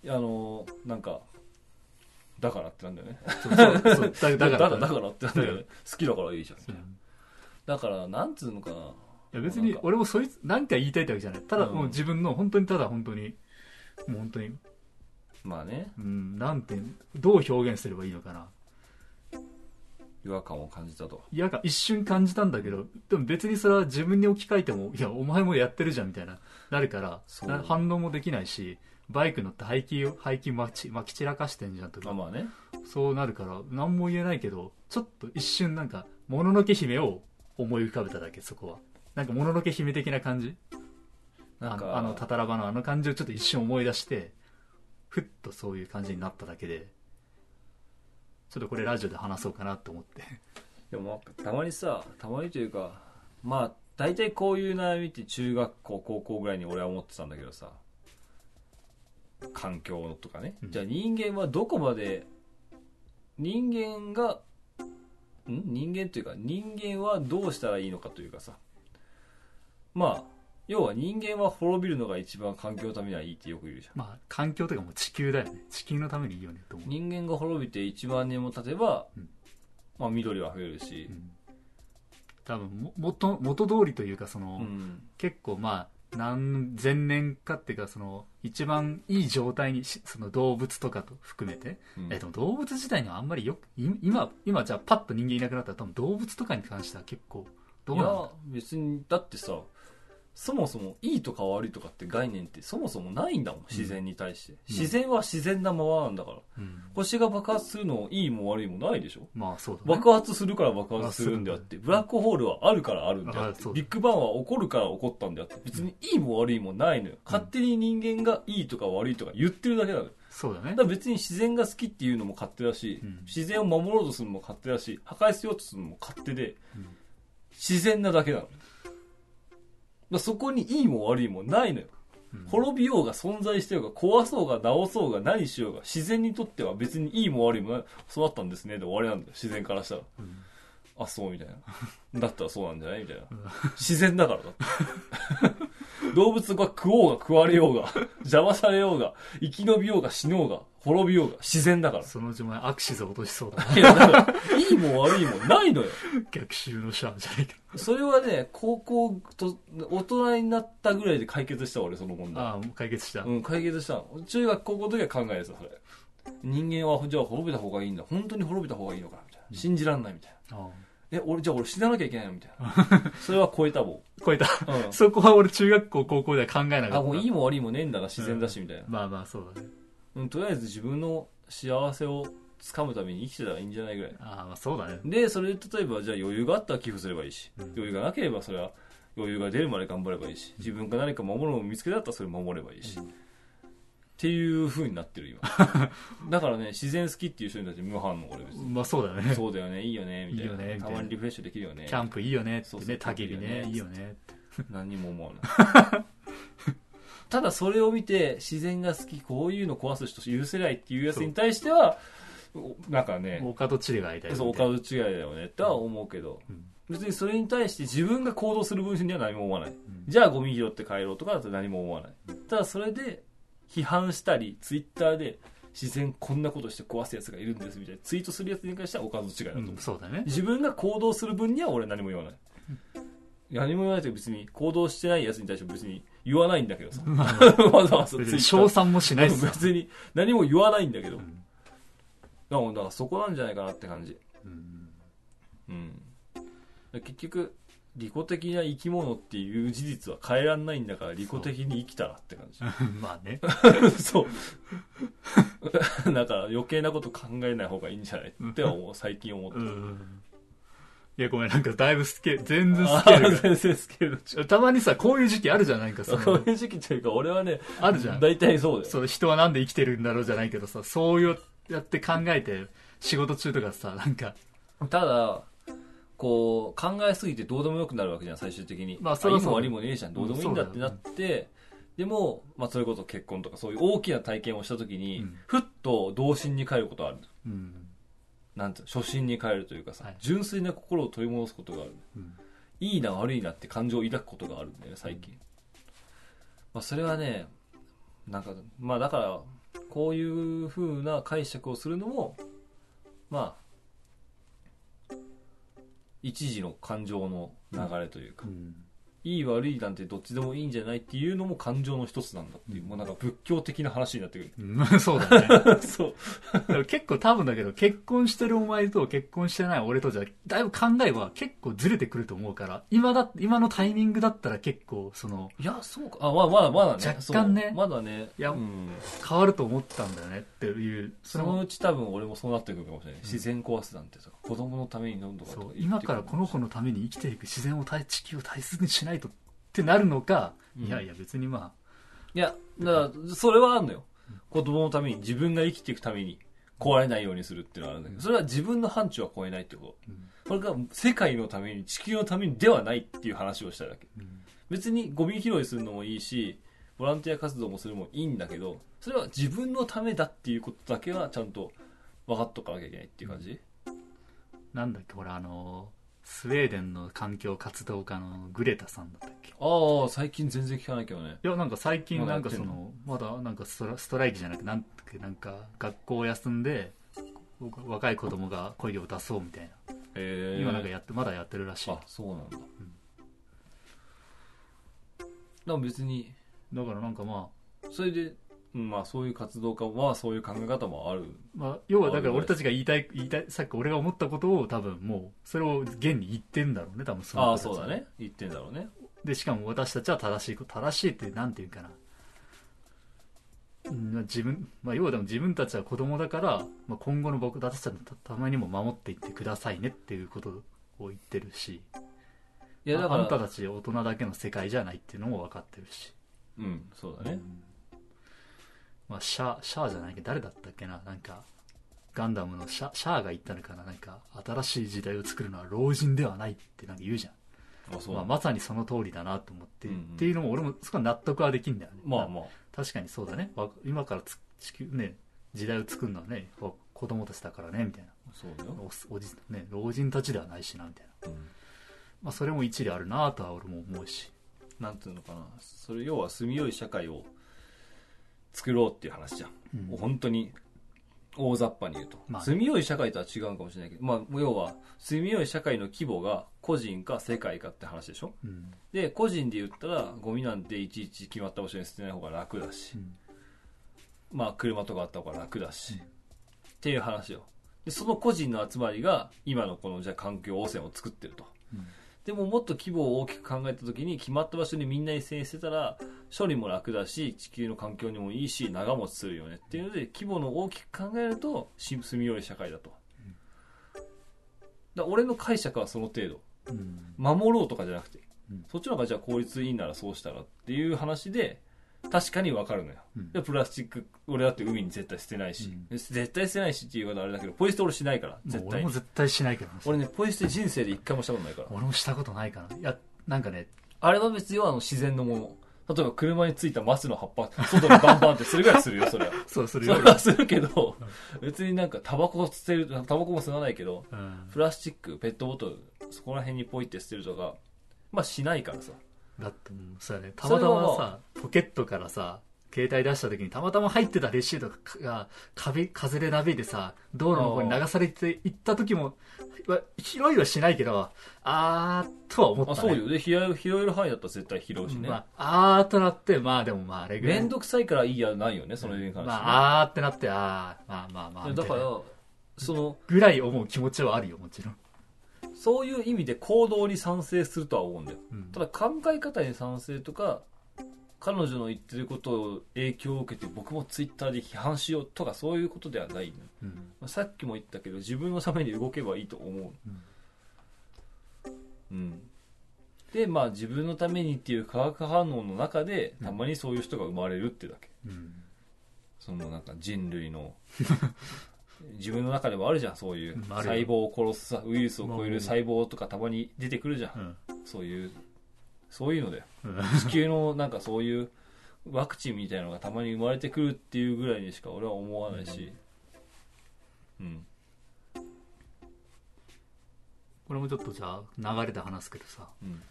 あのなんかだからってなんだよねそうそうそうだだだかかららだからってなんだよね好きだからいいじゃんみたういんなだからなんつうのかないいや別なんにか俺もそいつ何か言いたいってわけじゃないただうんもう自分の本当にただ本当にもう本当にまあねうんなんてどう表現すればいいのかな違和感を感じたと嫌か一瞬感じたんだけどでも別にそれは自分に置き換えてもいやお前もやってるじゃんみたいななるからそうな反応もできないしバイク乗って排気を排気まきまき散らかしてんじゃんとあかまあねそうなるから何も言えないけどちょっと一瞬なんかもののけ姫を思い浮かべただけそこはなんかもののけ姫的な感じなんあのかあのたたらばのあの感じをちょっと一瞬思い出してふっとそういう感じになっただけでちょっとこれラジオで話そうかなと思って でもなんかたまにさたまにというかまあ大体こういう悩みって中学校高校ぐらいに俺は思ってたんだけどさ環境とかね、うんじゃあ人間はどこまで人間がん人間というか人間はどうしたらいいのかというかさまあ要は人間は滅びるのが一番環境のためにはいいってよく言うじゃんまあ環境というかもう地球だよね地球のためにいいよねと思う、人間が滅びて1万年も経てば、うんまあ、緑は増えるしう、ん、多分も元元通りというかその、うん結構まあ何千年かっていうかその一番いい状態にしその動物とかと含めて、うんえでも動物自体にはあんまりよくい今今じゃあパッと人間いなくなったら多分動物とかに関しては結構どうなんだろいや別にだってさそもそもいいとか悪いとかって概念ってそもそもないんだもん自然に対して、自然は自然なままなんだからう、うん星が爆発するのいいも悪いもないでしょまあそうだね爆発するから爆発するんであって、ブラックホールはあるからあるんであっあてそ、うだビッグバンは起こるから起こったんであって、別にいいも悪いもないのよ。勝手に人間がいいとか悪いとか言ってるだけなのよ。そうだねだから別に自然が好きっていうのも勝手だし、うん自然を守ろうとするのも勝手だし、破壊しようとするのも勝手で、うん自然なだけなのよ。だからそこにいいも悪いもないのよ。うん滅びようが存在してようが壊そうが直そうが何しようが自然にとっては別にいいも悪いもそうだったんですねで終わりなんだよ自然からしたら、んあそうみたい なだったらそうなんじゃないみたいなうん自然だからだって動物が食おうが食われようが邪魔されようが生き延びようが死のうが滅びようが自然だからそのうちお前アクシズ落としそうだいやだからいいも悪いもないのよ逆襲のシャアじゃないけどそれはね高校と大人になったぐらいで解決した俺その問題ああもう解決した、うん、解決したの。中学、高校の時は考えですよ、それ。人間は、じゃあ滅びた方がいいんだ。本当に滅びた方がいいのかな、みたいな。信じらんない、みたいな。ああえ、俺、じゃあ俺死ななきゃいけないのみたいな。 それは超えたもん。超えた うん。そこは俺中学校高校では考えなかったあ、もういいも悪いもねえんだな、自然だし、みたいな。まあまあそうだねうん、とりあえず自分の幸せをつかむために生きてたらいいんじゃないぐらい。ああまあそうだねで、それで例えば、じゃあ余裕があったら寄付すればいいしうん、余裕がなければ、それは余裕が出るまで頑張ればいいし、自分が何か守るのを見つけたったらそれ守ればいいし。っていう風になって る今だからね自然好きっていう人に対して無反応 俺別にまあそうだねそうだよねいいよねみたいないいよねみたいなたまにリフレッシュできるよねキャンプいいよねってそうねそう焚き火ね焚いき火ねいよね何にも思わない ただそれを見て自然が好きこういうの壊す人許せないっていうやつに対してはおなんかね丘と地でが会いたいそうおみたい門違いだよねとは思うけど、うん別にそれに対して自分が行動する分には何も思わない、んじゃあゴミ拾って帰ろうとかだと何も思わない、ただそれで批判したりツイッターで自然こんなことして壊すやつがいるんですみたいなツイートするやつに関してはお門違いだとな思う、うんそうだね自分が行動する分には俺は何も言わない、何も言わないというか別に行動してないやつに対しても別に言わないんだけどさわざわざツイッ別にタ称ー賛もしないですよ別に何も言わないんだけど、んだからだからそこなんじゃないかなって感じうんうん、結局利己的な生き物っていう事実は変えらんないんだから利己的に生きたらって感 まあねじそうだから余計なこと考えない方がいいんじゃないっては思う最近思ったうんいやごめんなんかだいぶスケ全然スケあール ー全然スケールがたまにさこういう時期あるじゃんないかそが違うこのういう時期というか俺はねあるじゃん大体そうだよそう人はなんで生きてるんだろうじゃないけどさそういうやって考えて仕事中とかさなんかただこう考えすぎてどうでもよくなるわけじゃん最終的に、まあそれはそうだいいも悪いもねえじゃんどうでもいいんだってなって、でも、まあ、それこそ結婚とかそういう大きな体験をした時に、うんふっと童心に帰ることあるうんなんていうの初心に帰るというかさ、はい純粋な心を取り戻すことがあるうんいいな悪いなって感情を抱くことがあるんだよね最近、まあ、それはねなんかまあだからこういう風な解釈をするのもまあ一時の感情の流れというか、うんいい悪いなんてどっちでもいいんじゃないっていうのも感情の一つなんだっていう、もうなんか仏教的な話になってくうん そうだねる そうだから結構多分だけど、結婚してるお前と結婚してない俺とじゃ、だいぶ考えは結構ずれてくると思うから、今だ、今のタイミングだったら結構、その、いやそうかあまあまだまだね若干そうねまだねいやうん変わると思ったんだよねっていう、そそれのも、うち多分俺もそうなってくるかもしれない、自然壊すなんてとか子供のために飲んどかとそかう、言っ今てくかるらこの子のために生きていく自然を大、地球を大切にしないとってなるのか、うんいやいや別にまあ、いやだからそれはあるのよ子供のために自分が生きていくために壊れないようにするっていうのはあるんだけどそれは自分の範疇は超えないってこうんとこれが世界のために地球のためにではないっていう話をしたいだけうん別にゴミ拾いするのもいいしボランティア活動もするのもいいんだけどそれは自分のためだっていうことだけはちゃんと分かっとかなきゃいけないっていう感じ、なんだっけ、ほらあの、スウェーデンの環境活動家のグレタさんだったっけああ最近全然聞かないけどねいやなんか最近まだなやんってかんのそのまだなんかストラストライキじゃなくてなんてなんか学校を休んで若い子供が声を出そうみたいなええ今なんかやってまだやってるらしいあそうなんだ、でも別にだからなんかまあ、それで、うんまあそういう活動家はそういう考え方もあるまあ、要はだから俺たちが言いたい言いたいさっき俺が思ったことを多分もうそれを現に言ってんだろうね多分そのあ子たちあはそうだね言ってんだろうねでしかも私たちは正しいこと正しいってなんていうかなうんまあ自分、まあ、要はでも自分たちは子供だから、まあ、今後の僕私たちのたためにも守っていってくださいねっていうことを言ってるしいやだかああんたらたち大人だけの世界じゃないっていうのも分かってるし、うんそうだねまあ、シャアシャアじゃないけど誰だったっけななんかガンダムのシャシャアが言ったのかななんか新しい時代を作るのは老人ではないってなんか言うじゃん、あそうまあ、まさにその通りだなと思って、うんうんっていうのも俺もそこは納得はできんだよねまあまあ確かにそうだねわ今からつ地球ね時代を作るのはねわ子供たちだからねみたいなそうだよ、おおじ、ね、老人たちではないしなみたいな、うんまあ、それも一理あるなとは俺も思うしなんていうのかなそれ要は住みよい社会を作ろうっていう話じゃん、うんもう本当に大雑把に言うと、まあね住みよい社会とは違うかもしれないけど、まあ、要は住みよい社会の規模が個人か世界かって話でしょうんで個人で言ったらゴミなんていちいち決まった場所に捨てない方が楽だしう、んまあ、車とかあった方が楽だし、うんっていう話よでその個人の集まりが今のこのじゃあ環境汚染を作ってるとうんでももっと規模を大きく考えた時に決まった場所にみんなに制してたら処理も楽だし地球の環境にもいいし長持ちするよねっていうので規模の大きく考えるとし住みよい社会だとだから俺の解釈はその程度うん守ろうとかじゃなくて、うんそっちの方がじゃあ効率いいならそうしたらっていう話で確かに分かるのよ、うんでプラスチック俺だって海に絶対捨てないし、うん絶対捨てないしっていう言い方あれだけどポイ捨て俺しないからもう絶俺対もに絶対しないけどね俺ねポイ捨て人生で一回もしたことないから俺もしたことないかないやなんかねあれは別に要はあの自然のもの例えば車についた松の葉っぱ外にバンバンってするぐらいするよそ れはそうそそれれよりはするけど別になんかタバコ捨てるタバコも吸わないけどうんプラスチックペットボトルそこら辺にポイって捨てるとかまあしないからさだってもうさねたそれまはたままさポケットからさ携帯出した時にたまたま入ってたレシートがが壁風でなびいてさ道路の方に流されていった時もは拾いはしないけどあーっとは思った、あね、そうよで拾え拾える範囲だったら絶対拾うしね、まあ、あーっとなってまあでもまああれぐらい面倒くさいからいいやないよねそのに関してね、まああーってなってあーまあまあまあいやだからみたいなそのぐらい思う気持ちはあるよもちろん、そういう意味で行動に賛成するとは思うんだようんただ考え方に賛成とか彼女の言ってることを影響を受けて僕もツイッターで批判しようとかそういうことではないのようんまあさっきも言ったけど自分のために動けばいいと思うんう、うん、でまあ自分のためにっていう化学反応の中でたまにそういう人が生まれるってだけうんそのなんか人類の 自分の中でもあるじゃんそういううんあるよ細胞を殺すさウイルスを超える細胞とかたまに出てくるじゃうんんそういうそういうのだようん地球のなんかそういうワクチンみたいなのがたまに生まれてくるっていうぐらいにしか俺は思わないしうんこれもちょっとじゃあ流れで話すけどさうん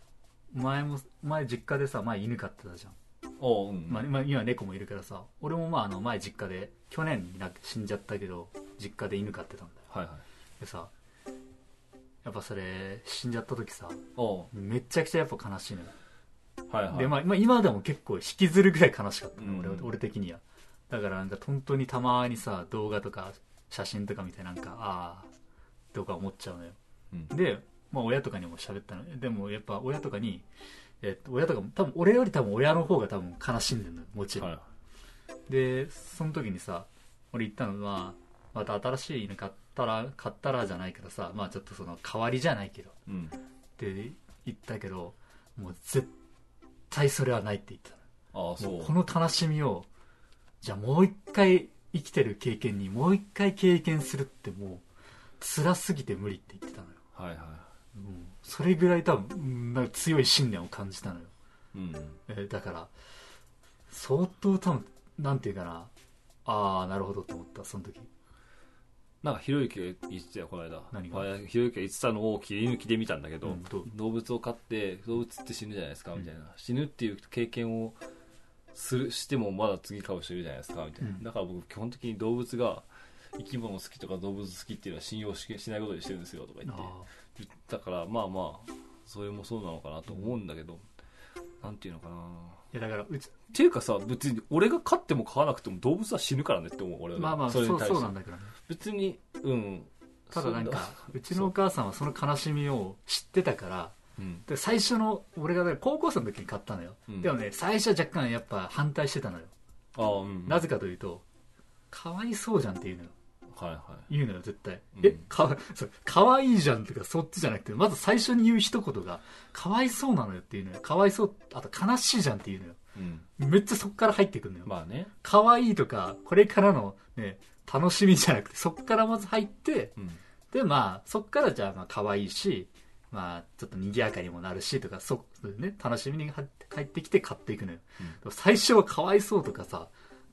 前も前実家でさ前犬飼ってたじゃん、おううんまあ、今今猫もいるからさ俺もまああの前実家で去年になって死んじゃったけど実家で犬飼ってたんだよはいはいでさやっぱそれ死んじゃった時さおうめっちゃくちゃやっぱ悲しいのよはいはいで、まあ、まあ今でも結構引きずるぐらい悲しかったうんの、俺は俺的にはだからなんか本当にたまにさ動画とか写真とか見てなんかああとか思っちゃうのようんで、まあ、親とかにも喋ったのでもやっぱ親とかに、えっと、親とかも多分俺より多分親の方が多分悲しんでるのよもちろん、はいでその時にさ俺言ったのはまた新しい犬買ったら買ったらじゃないけどさまあちょっとその代わりじゃないけどうんって言ったけどもう絶対それはないって言ったのああそもううこの悲しみをじゃあもう一回生きてる経験にもう一回経験するってもう辛すぎて無理って言ってたのよ、はいはうんそれぐらい多分うんなんか強い信念を感じたのよ、いうんえーだから相当多分なんていうかなああなるほどと思ったその時なんかひろゆきが言ってたよこの間何があひろゆきが言ってたのを切り抜きで見たんだけど、うんどう動物を飼って動物って死ぬじゃないですかうんみたいな、死ぬっていう経験をするしてもまだ次飼う人いるじゃないですかみたいな、うんだから僕基本的に動物が生き物好きとか動物好きっていうのは信用ししないことにしてるんですよとか言ってあ言ったからまあまあそれもそうなのかなと思うんだけど、なんていうのかなーいやだからうちっていうかさ別に俺が飼っても飼わなくても動物は死ぬからねって思う俺はね、まあまあそそれにう対してそうなんだけどね別にうんただなんそかうちのお母さんはその悲しみを知ってたからうんで最初の俺がね高校生の時に買ったのよ、うんでもね最初は若干やっぱ反対してたのよ、ああうんなぜかというとかわいそうじゃんって言うのよはいはい言うのよ絶対、うんえかわそうかわいいじゃんとかそっちじゃなくてまず最初に言う一言がかわいそうなのよっていうのよかわいそうあと悲しいじゃんっていうのようんめっちゃそっから入ってくるのよ、まあねかわいいとかこれからのね楽しみじゃなくてそっからまず入ってうんでまあそっからじゃあまあ可愛いしまあちょっと賑やかにもなるしとかそそうね楽しみに入って帰ってきて買っていくのよ、うんでも最初はかわいそうとかさ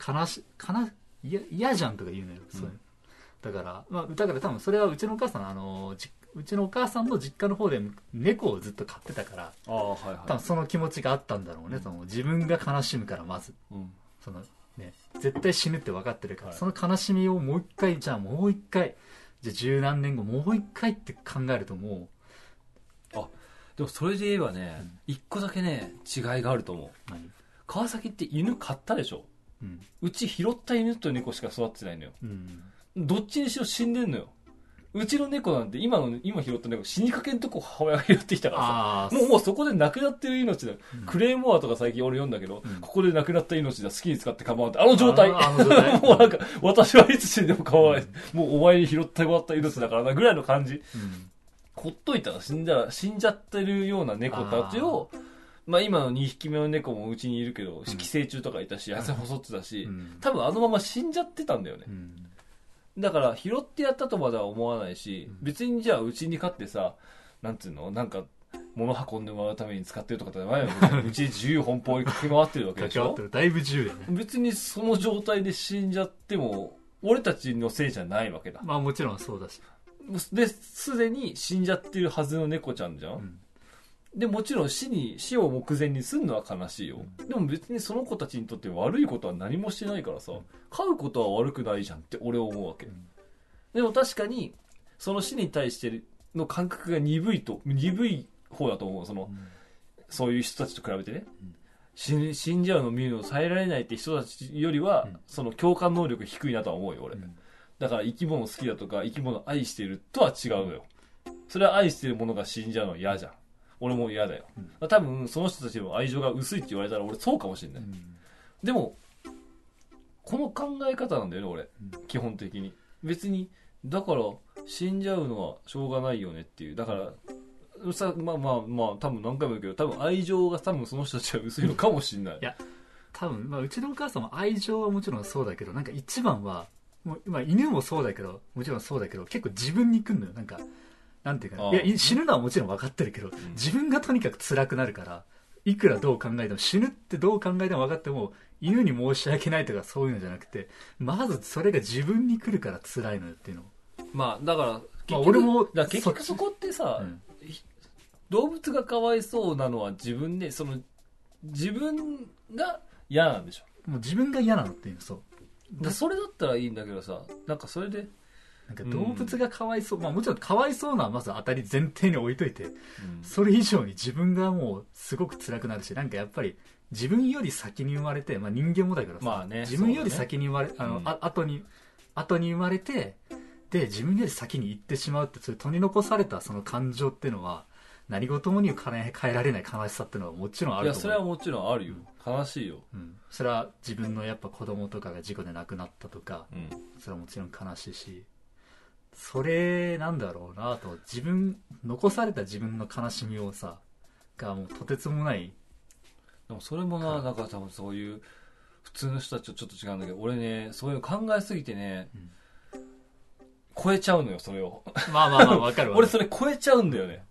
悲し悲いや嫌じゃんとか言うのよ、そういうのだからまあだから多分それはうちのお母さんのあのじうちのお母さんの実家の方で猫をずっと飼ってたからああはい多は分その気持ちがあったんだろうね、その自分が悲しむからまずい、うん、そのね、絶対死ぬって分かってるから、はいその悲しみをもう一回じゃあもう一回じゃあ十何年後もう一回って考えるともでもそれで言えばね一個だけね違いがあると思うう何川崎って犬飼ったでしょうんうち拾った犬と猫しか育ってないのようんどっちにしろ死んでんのようちの猫なんて今の今拾った猫死にかけんとこ母親が拾ってきたからさああもうもうそこで亡くなってる命だよ、うんクレイモアとか最近俺読んだけど、うんここで亡くなった命だ好きに使って構わんってあの状態あのあの状態 もうなんか私はいつ死んでも構わない、もうお前に拾ってもらった命だからなぐらいの感じうんほっといたら死んだら死んじゃってるような猫たちをまあ、今の2匹目の猫もうちにいるけど、ん寄生虫とかいたし痩せ細ってたし、うん多分あのまま死んじゃってたんだよねう、んだから拾ってやったとまでは思わないし、別にじゃあうちに飼ってさなんつうのなんか物運んでもらうために使ってるとかじゃないわけ じゃんうち自由奔放に駆け回ってるわけでし関わっょてるだいぶ自由だね別にその状態で死んじゃっても俺たちのせいじゃないわけだまあもちろんそうだし、ですでに死んじゃってるはずの猫ちゃんじゃん、うんでもちろん死に死を目前にすんのは悲しいよ、でも別にその子たちにとって悪いことは何もしてないからさ、飼うことは悪くないじゃんって俺は思うわけ、んでも確かにその死に対しての感覚が鈍いと鈍い方だと思うその、んそういう人たちと比べてね、うん死ん死んじゃうのを見るのを耐えられないって人たちよりは、うんその共感能力低いなとは思うよ俺、うんだから生き物好きだとか生き物愛してるとは違うのよそれは愛してるものが死んじゃうのは嫌じゃん俺も嫌だよ、多分その人たちの愛情が薄いって言われたら俺そうかもしれない、でもこの考え方なんだよね俺、う基本的に別にだから死んじゃうのはしょうがないよねっていうだからさまあまあまあ多分何回も言うけど多分愛情が多分その人たちは薄いのかもしれないいや多分、まあ、うちのお母さんも愛情はもちろんそうだけどなんか一番はもう、まあ、犬もそうだけどもちろんそうだけど結構自分に来るのよなんかなんていうかあなあいやい死ぬのはもちろん分かってるけど、ん自分がとにかく辛くなるからいくらどう考えても死ぬってどう考えても分かっても犬に申し訳ないとかそういうのじゃなくてまずそれが自分に来るから辛いのよっていうのまあだから結局俺もだから結局そそっちこってさ、うん動物がかわいそうなのは自分でその自分が嫌なんでしょもう自分が嫌なのっていうのそうだからそれだったらいいんだけどさなんかそれでなんか動物がかわいそう、まあもちろんかわいそうなのはまず当たり前提に置いといてそれ以上に自分がもうすごく辛くなるしなんかやっぱり自分より先に生まれて、まあ、人間もだけどさ、まあね自分よりそうだね先に生まれ、あの、うんあ後に後に生まれてで自分より先に行ってしまうってそれ取り残されたその感情っていうのは何事もにも変え変えられない悲しさっていうのはもちろんあいるやとそ思うれはもちろんあるよ悲しいよ、うん、それは自分のやっぱ子供とかが事故で亡くなったとかうんそれはもちろん悲しいしそれなんだろうなと自分残された自分の悲しみをさがもうとてつもないでもそれもはな、いなんか多分そういう、普通の人たちとちょっと違うんだけど、俺ね、そういうの考えすぎてね、うん超えちゃうのよ、それを。まあまあまあ、わかるわ。 俺それ超えちゃうんだよね。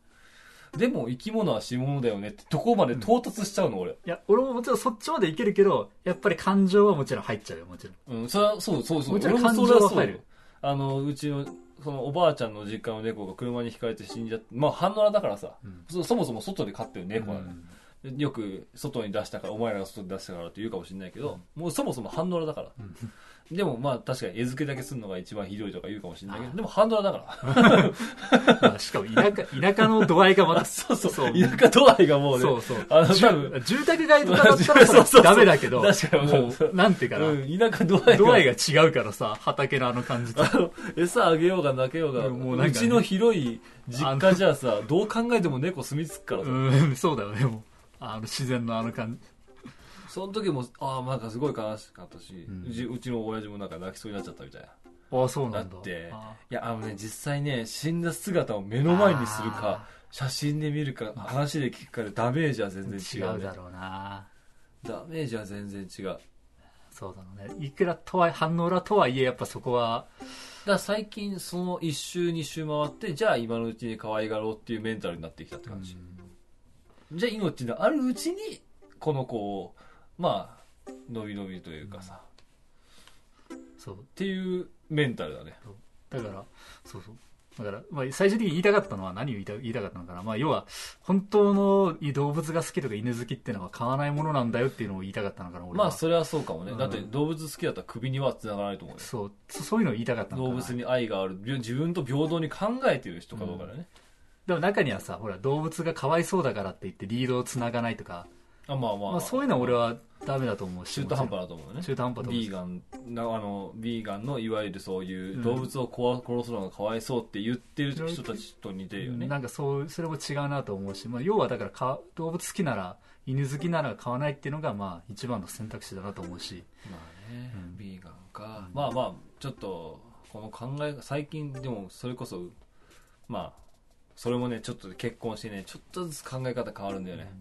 でも生き物は死物だよねってとこまで到達しちゃうの、俺。いや、俺ももちろんそっちまでいけるけど、やっぱり感情はもちろん入っちゃうよ、もちろん。うん、それは、そうそうそう。もちろん俺もそれは感情は入そうるよ。ああのうちのそのおばあちゃんの実家の猫が車にひかれて死んじゃってまあ半野良だからさうんそそもそも外で飼ってる猫なのよ、うんよく外に出したからお前らが外に出したからって言うかもしれないけど、もうそもそも半ドラだから、でもまあ確かに餌付けだけするのが一番ひどいとか言うかもしれないけどでも半ドラだから まあしかも田舎田舎の度合いがまたそうそうそう田舎度合いがもうねそうそうあの住多分住宅街とかだったらそうそうそうダメだけど確かにもうなんていうかな、うん、田舎度合いが度合いが違うからさ畑のあの感じとあの餌あげようがなけようがうんもうなんかねうちの広い実家じゃさどう考えても猫住み着くからさ、うんそうだよねもうあの自然のあの感その時もああなんかすごい悲しかったし、うんうちうちの親父もなんか泣きそうになっちゃったみたいなじああそうなんだだってあいやあのね実際ね死んだ姿を目の前にするか写真で見るか話で聞くかでダメージは全然違違う,、うだろうなダメージは全然違うだかそうだろうねいくらとは反応らとはいえやっぱそこはら最近その1周2周回ってじゃあ今のうちに可愛がろうっていうメンタルになってきたって感じ、じゃあ命のあるうちにこの子をまあ伸び伸びというかさ、っそうていうメンタルだねだからそうそうだから、まあ、最終的に言いたかったのは何を言いた言いたかったのかな、まあ、要は本当の動物が好きとか犬好きってのは買わないものなんだよっていうのを言いたかったのかな俺はまあそれはそうかもね、うんだって動物好きだったら首には繋がらないと思うよそうそそういうのを言いたかったのか動な物に愛があるびょ自分と平等に考えてる人かどうかだよね、でも中にはさほら動物がかわいそうだからって言ってリードをつながないとか、あまあまあ、まあ、そういうのは俺はダメだと思うし中途半端だと思うね中途半端だと思うビーガンなあのビーガンのいわゆるそういう動物をこわ殺すのがかわいそうって言ってる人たちと似てるよね、なんかそうそれも違うなと思うし、まあ、要はだからか動物好きなら犬好きなら買わないっていうのがまあ一番の選択肢だなと思うしまあね、うんビーガンか、まあまあちょっとこの考え最近でもそれこそまあそれもねちょっと結婚してねちょっとずつ考え方変わるんだよね、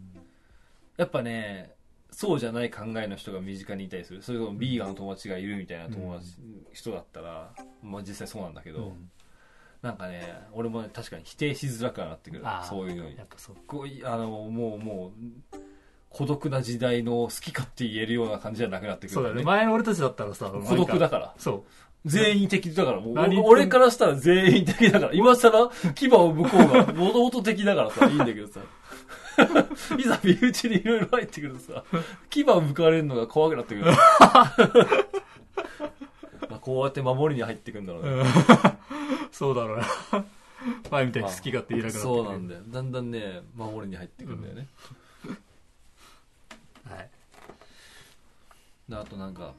やっぱねそうじゃない考えの人が身近にいたりするそれともビーガンの友達がいるみたいな友達、人だったら、まあ、実際そうなんだけど、うんなんかね俺もね確かに否定しづらくはなってくるあーそういうのにやっぱそうこういあのもうもう孤独な時代の好き勝手言えるような感じじゃなくなってくるそうだよね前の俺たちだったらさ孤独だなんからそう全員敵だからもう何言っても俺からしたら全員敵だから今更牙を向こうがもともと敵だからさいいんだけどさいざ身内にいろいろ入ってくるとさ牙を向かれるのが怖くなってくるまあこうやって守りに入ってくるんだろうね、そうだろうな 前みたいに好き勝手言えなくなってくるそうなんだよだんだんね守りに入ってくるんだよね、はいであとなんか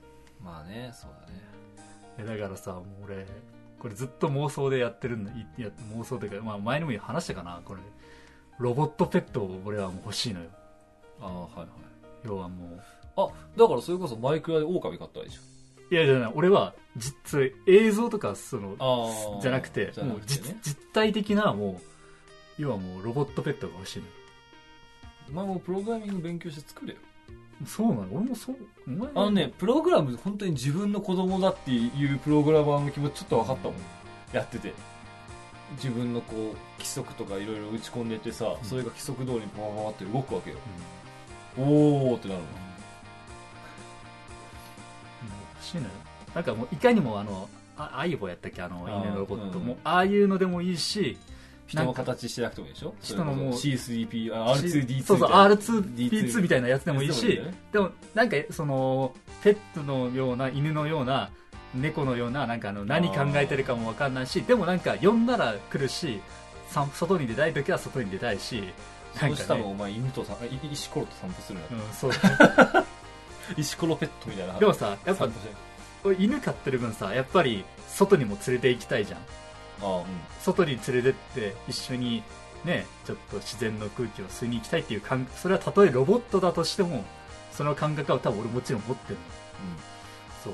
まあねそうだねえだからさもう俺これずっと妄想でやってるんだいや妄想というか、まあ、前にも話したかなこれロボットペットを俺はもう欲しいのよああはいはい要はもうあだからそれこそマイクラで狼飼ったらいいじいやじゃない俺は実それ映像とかそのゃんああじゃなくてじゃなもうくて実ね実体的なもう要はもうロボットペットが欲しいのよお前もうプログラミング勉強して作れよそうなの俺もそうお前あのねプログラム本当に自分の子供だっていうプログラマーの気持ちちょっと分かったもんやってて自分のこう規則とかいろいろ打ち込んでてさ、うんそれが規則通りにパパパパって動くわけようんうんおーってなるの欲しいのよなんかもういかにもあのあアイボやったっけあのあー犬のロボットうんもうああいうのでもいいし人なのんか形してなくてもいいでしょ人のもう C3P、あ R2D2 そうそうみたいな R2D2 みたいなやつでもいいしでもなんかそのペットのような犬のような猫のようななんかあの何考えてるかもわかんないしでもなんか呼んだら来るし散外に出たい時は外に出たいしなんそうしたからねお前犬とさいい石ころと散歩するなうん、そう 石ころペットみたいなでもさやっぱ散歩して俺犬飼ってる分さやっぱり外にも連れて行きたいじゃんああうん外に連れてって一緒にねちょっと自然の空気を吸いに行きたいっていう感それはたとえロボットだとしてもその感覚は多分俺もちろん持ってるのそう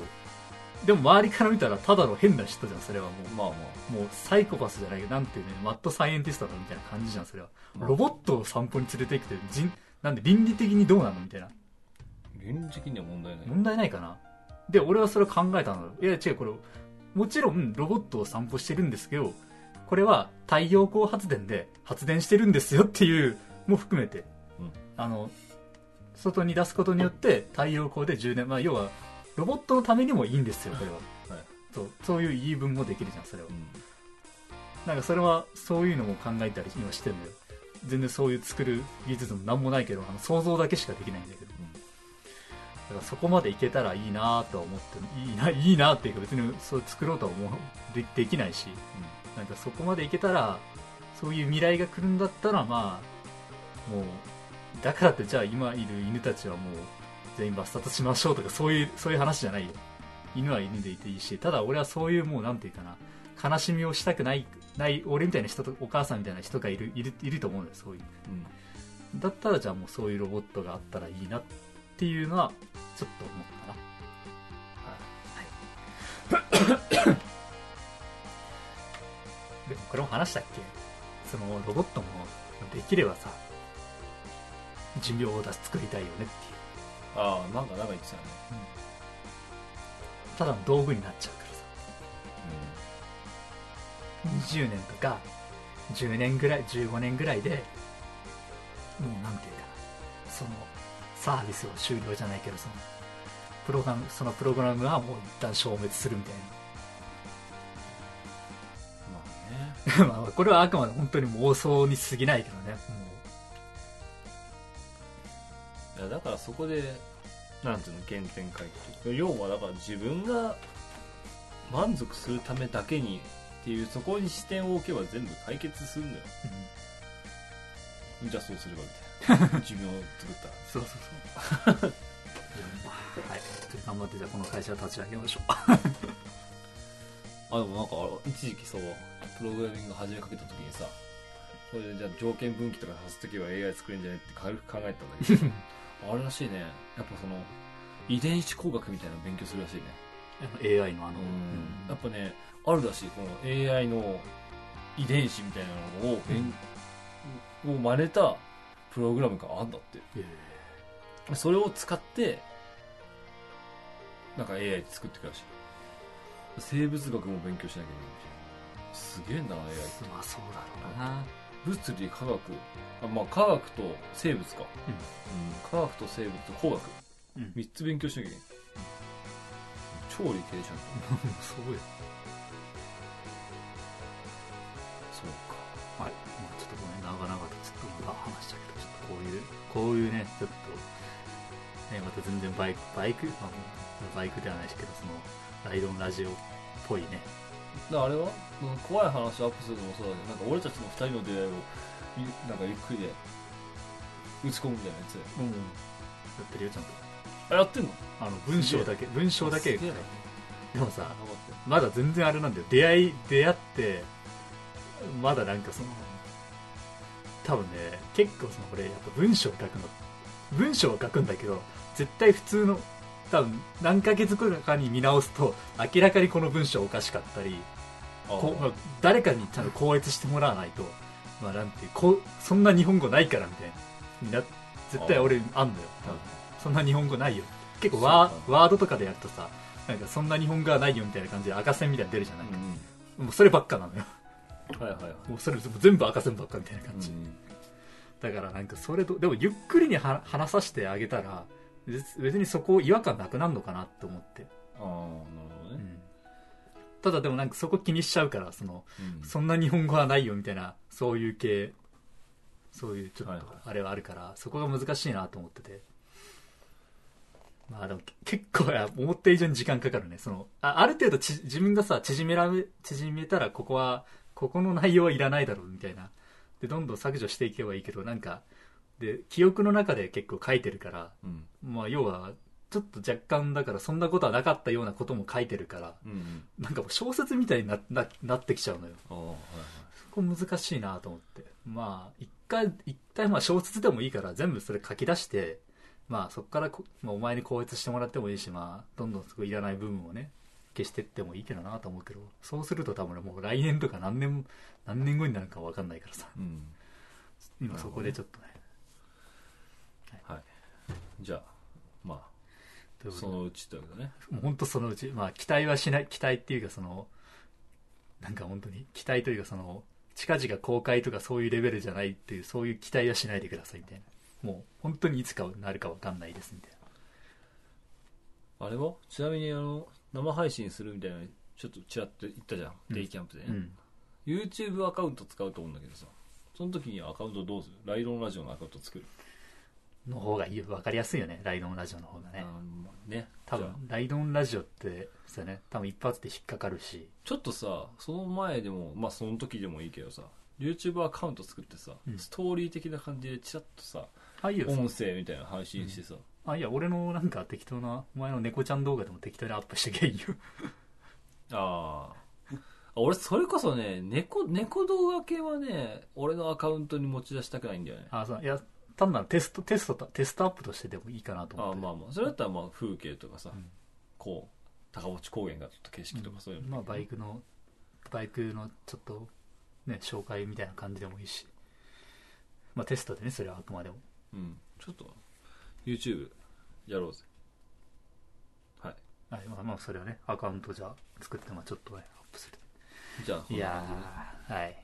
でも周りから見たらただの変な人じゃんそれはもうんまあまうもうサイコパスじゃないけどなんていうねマッドサイエンティストだみたいな感じじゃんそれはあロボットを散歩に連れて行くって人なんで倫理的にどうなのみたいな現実的には問題ない問題ないかなで俺はそれを考えたのいや違うこれもちろんロボットを散歩してるんですけどこれは太陽光発電で発電してるんですよっていうも含めて、うんあの外に出すことによって太陽光で充電まあ要はロボットのためにもいいんですよこれは、はいそうそういう言い分もできるじゃんそれはうんなんかそれはそういうのも考えたり今してるのよ全然そういう作る技術も何もないけどあの想像だけしかできないんだけどだからそこまでいけたらいいなとは思ってるいいないいなっていうか別にそう作ろうとは思うでできないしなんかそこまでいけたらそういう未来が来るんだったらまあもうだからってじゃあ今いる犬たちはもう全員殺殺しましょうとかそういうそういう話じゃないよ犬は犬でいていいしただ俺はそういうもうなんていうかな悲しみをしたくないない俺みたいな人とお母さんみたいな人がいるいるいると思うんだよそういううんだったらじゃあもうそういうロボットがあったらいいなっていうのはちょっと思ったなはいでもこれも話したっけそのロボットもできればさ寿命を出し作りたいよねっていうああなんかなんか言ってたよね、ただの道具になっちゃうからさ20年とか10年ぐらい15年ぐらいでもうなんていうかなそのサービスを終了じゃないけどそのプログラムそのプログラムはもう一旦消滅するみたいなまあ まあねまあこれはあくまで本当に妄想に過ぎないけどねもいやだからそこでなんていうの原点回帰要はだから自分が満足するためだけにっていうそこに視点を置けば全部解決するんだよう、じゃあそうすれば みたいな寿命を作ったらそうそうそう はいちょっと頑張ってじゃあこの会社を立ち上げましょうあでもなんかあれ一時期そうプログラミング始めかけた時にさそれでじゃあ条件分岐とかさす時は AI 作れるんじゃないって軽く考えたんだけ どあれらしいねやっぱその遺伝子工学みたいなの勉強するらしいね AI のあの、うんやっぱねあるらしいこの AI の遺伝子みたいなのを勉、を真似たプログラムがあんだってえーそれを使ってなんか AI で作っていくらしい生物学も勉強しなきゃいけないしすげえんだな AI まあそうだろうな物理科学あまあ科学と生物か、うん科学と生物と工学うん3つ勉強しなきゃいけない超理系じゃんすごいそうかはい、まあ、ちょっとごめん長々とちょっと今話したけどちょっとこういうこういうねちょっと、ね、また全然バイクバイク、まあ、もうバイクではないですけどそのライドンラジオっぽいねだからあれはその怖い話をアップするのもそうだけどなんか俺たちの2人の出会いをゆなんかゆっくりで打ち込むみたいなやつうんやってるよちゃんとあやってんのあの文章だけ文章だけすげえなでもさあ分かったよまだ全然あれなんだよ出会い出会ってまだなんかその多分ね結構そのこれやっぱ文章を書くの文章を書くんだけど絶対普通の多分何ヶ月後かに見直すと明らかにこの文章おかしかったりあこうまあ誰かに多分校閲してもらわないと、まあ、なんていうこうそんな日本語ないからみたいなにな絶対俺あんのよ多分そんな日本語ないよ結構ワそうーワードとかでやるとさなんかそんな日本語はないよみたいな感じで赤線みたいなの出るじゃない、うもうそればっかなのよんはいはいはいもうそれ全部赤線ばっかみたいな感じ、うんだからなんかそれとでもゆっくりには話させてあげたら別別にそこ違和感なくなるのかなと思って、ああなるほどうねんただでもなんかそこ気にしちゃうからそのうんそんな日本語はないよみたいなそういう系そういうちょはっいとはいあれはあるから、そこが難しいなと思っててまあでも結構いや思った以上に時間かかるねそのあある程度ち自分がさ縮められ縮めたらここはここの内容はいらないだろうみたいなでどんどん削除していけばいいけどなんかで記憶の中で結構書いてるからうんまあ要はちょっと若干だからそんなことはなかったようなことも書いてるからうんうんなんかもう小説みたいになななってきちゃうのよああはいはいそこ難しいなと思ってまあ一回一回まあ小説でもいいから全部それ書き出してまあそこからこ、まあ、お前に校閲してもらってもいいしまあどんどんそこいらない部分をね消してってもいいけどなと思うけどそうすると多分もう来年とか何年何年後になるか分かんないからさうん今そこでちょっとねはいじゃあまというあことそでのうちということねもう本当そのうち、まあ、期待はしない期待っていうかそのなんか本当に期待というかその近々公開とかそういうレベルじゃないっていうそういう期待はしないでくださいみたいなもう本当にいつかなるか分かんないですみたいなあれはちなみにあの生配信するみたいなちょっとちらっと言ったじゃん、うんデイキャンプでね、うん YouTube アカウント使うと思うんだけどさその時にアカウントどうするライドンラジオのアカウント作る、の方がいい分かりやすいよねライドンラジオの方があねーね多じゃあ分ライドンラジオってそうだね多分一発で引っかかるしちょっとさその前でもまあその時でもいいけどさ YouTube アカウント作ってさ、うんストーリー的な感じでチラッとさあいいよ音声みたいなの配信してさ、あいや俺のなんか適当なお前の猫ちゃん動画でも適当にアップしてけんよあーあ俺それこそね猫猫動画系はね俺のアカウントに持ち出したくないんだよねあそういや単なるテストテストテストアップとしてでもいいかなとあ思あってまあまあそれだったらまあ風景とかさ、うんこう高落高原がちょっと景色とかそういうの、まあバイクのバイクのちょっとね紹介みたいな感じでもいいしまあテストでねそれはあくまでもうん、ちょっと YouTube やろうぜはいはいまあまあそれはねアカウントじゃあ作ってまあちょっとねアップするじゃあこいんなや感じでーはい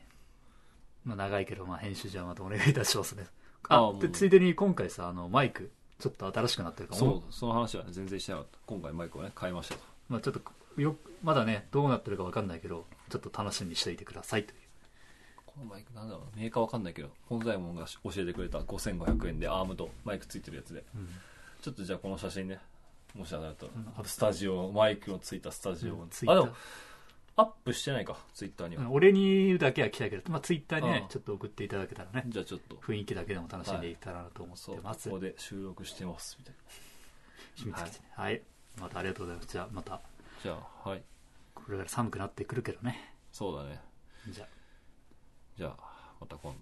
まあ長いけどまあ編集じゃまたお願いいたしますねああもうでついでに今回さあのマイクちょっと新しくなってるからそうその話はね全然してなかった今回マイクをね買いましたとまあ、ちょっとよまだねどうなってるか分かんないけどちょっと楽しみにしていてくださいというこのマイクなんだろうメーカーわかんないけど本左衛門が教えてくれた5500円でアームとマイクついてるやつで、んちょっとじゃあこの写真ねもしあれだったら、うんスタジオマイクのついたスタジオ、うんツイッあタでーもアップしてないかツイッターには、うん俺にだけは来たけど、まあ、ツイッターにねああちょっと送っていただけたらねじゃあちょっと雰囲気だけでも楽しんでいけたらなと思そうってこます、こで収録してますみたいな秘密基地ねはい、またありがとうございますじゃあまたじゃあはいこれから寒くなってくるけどねそうだねじゃあじゃあまた今度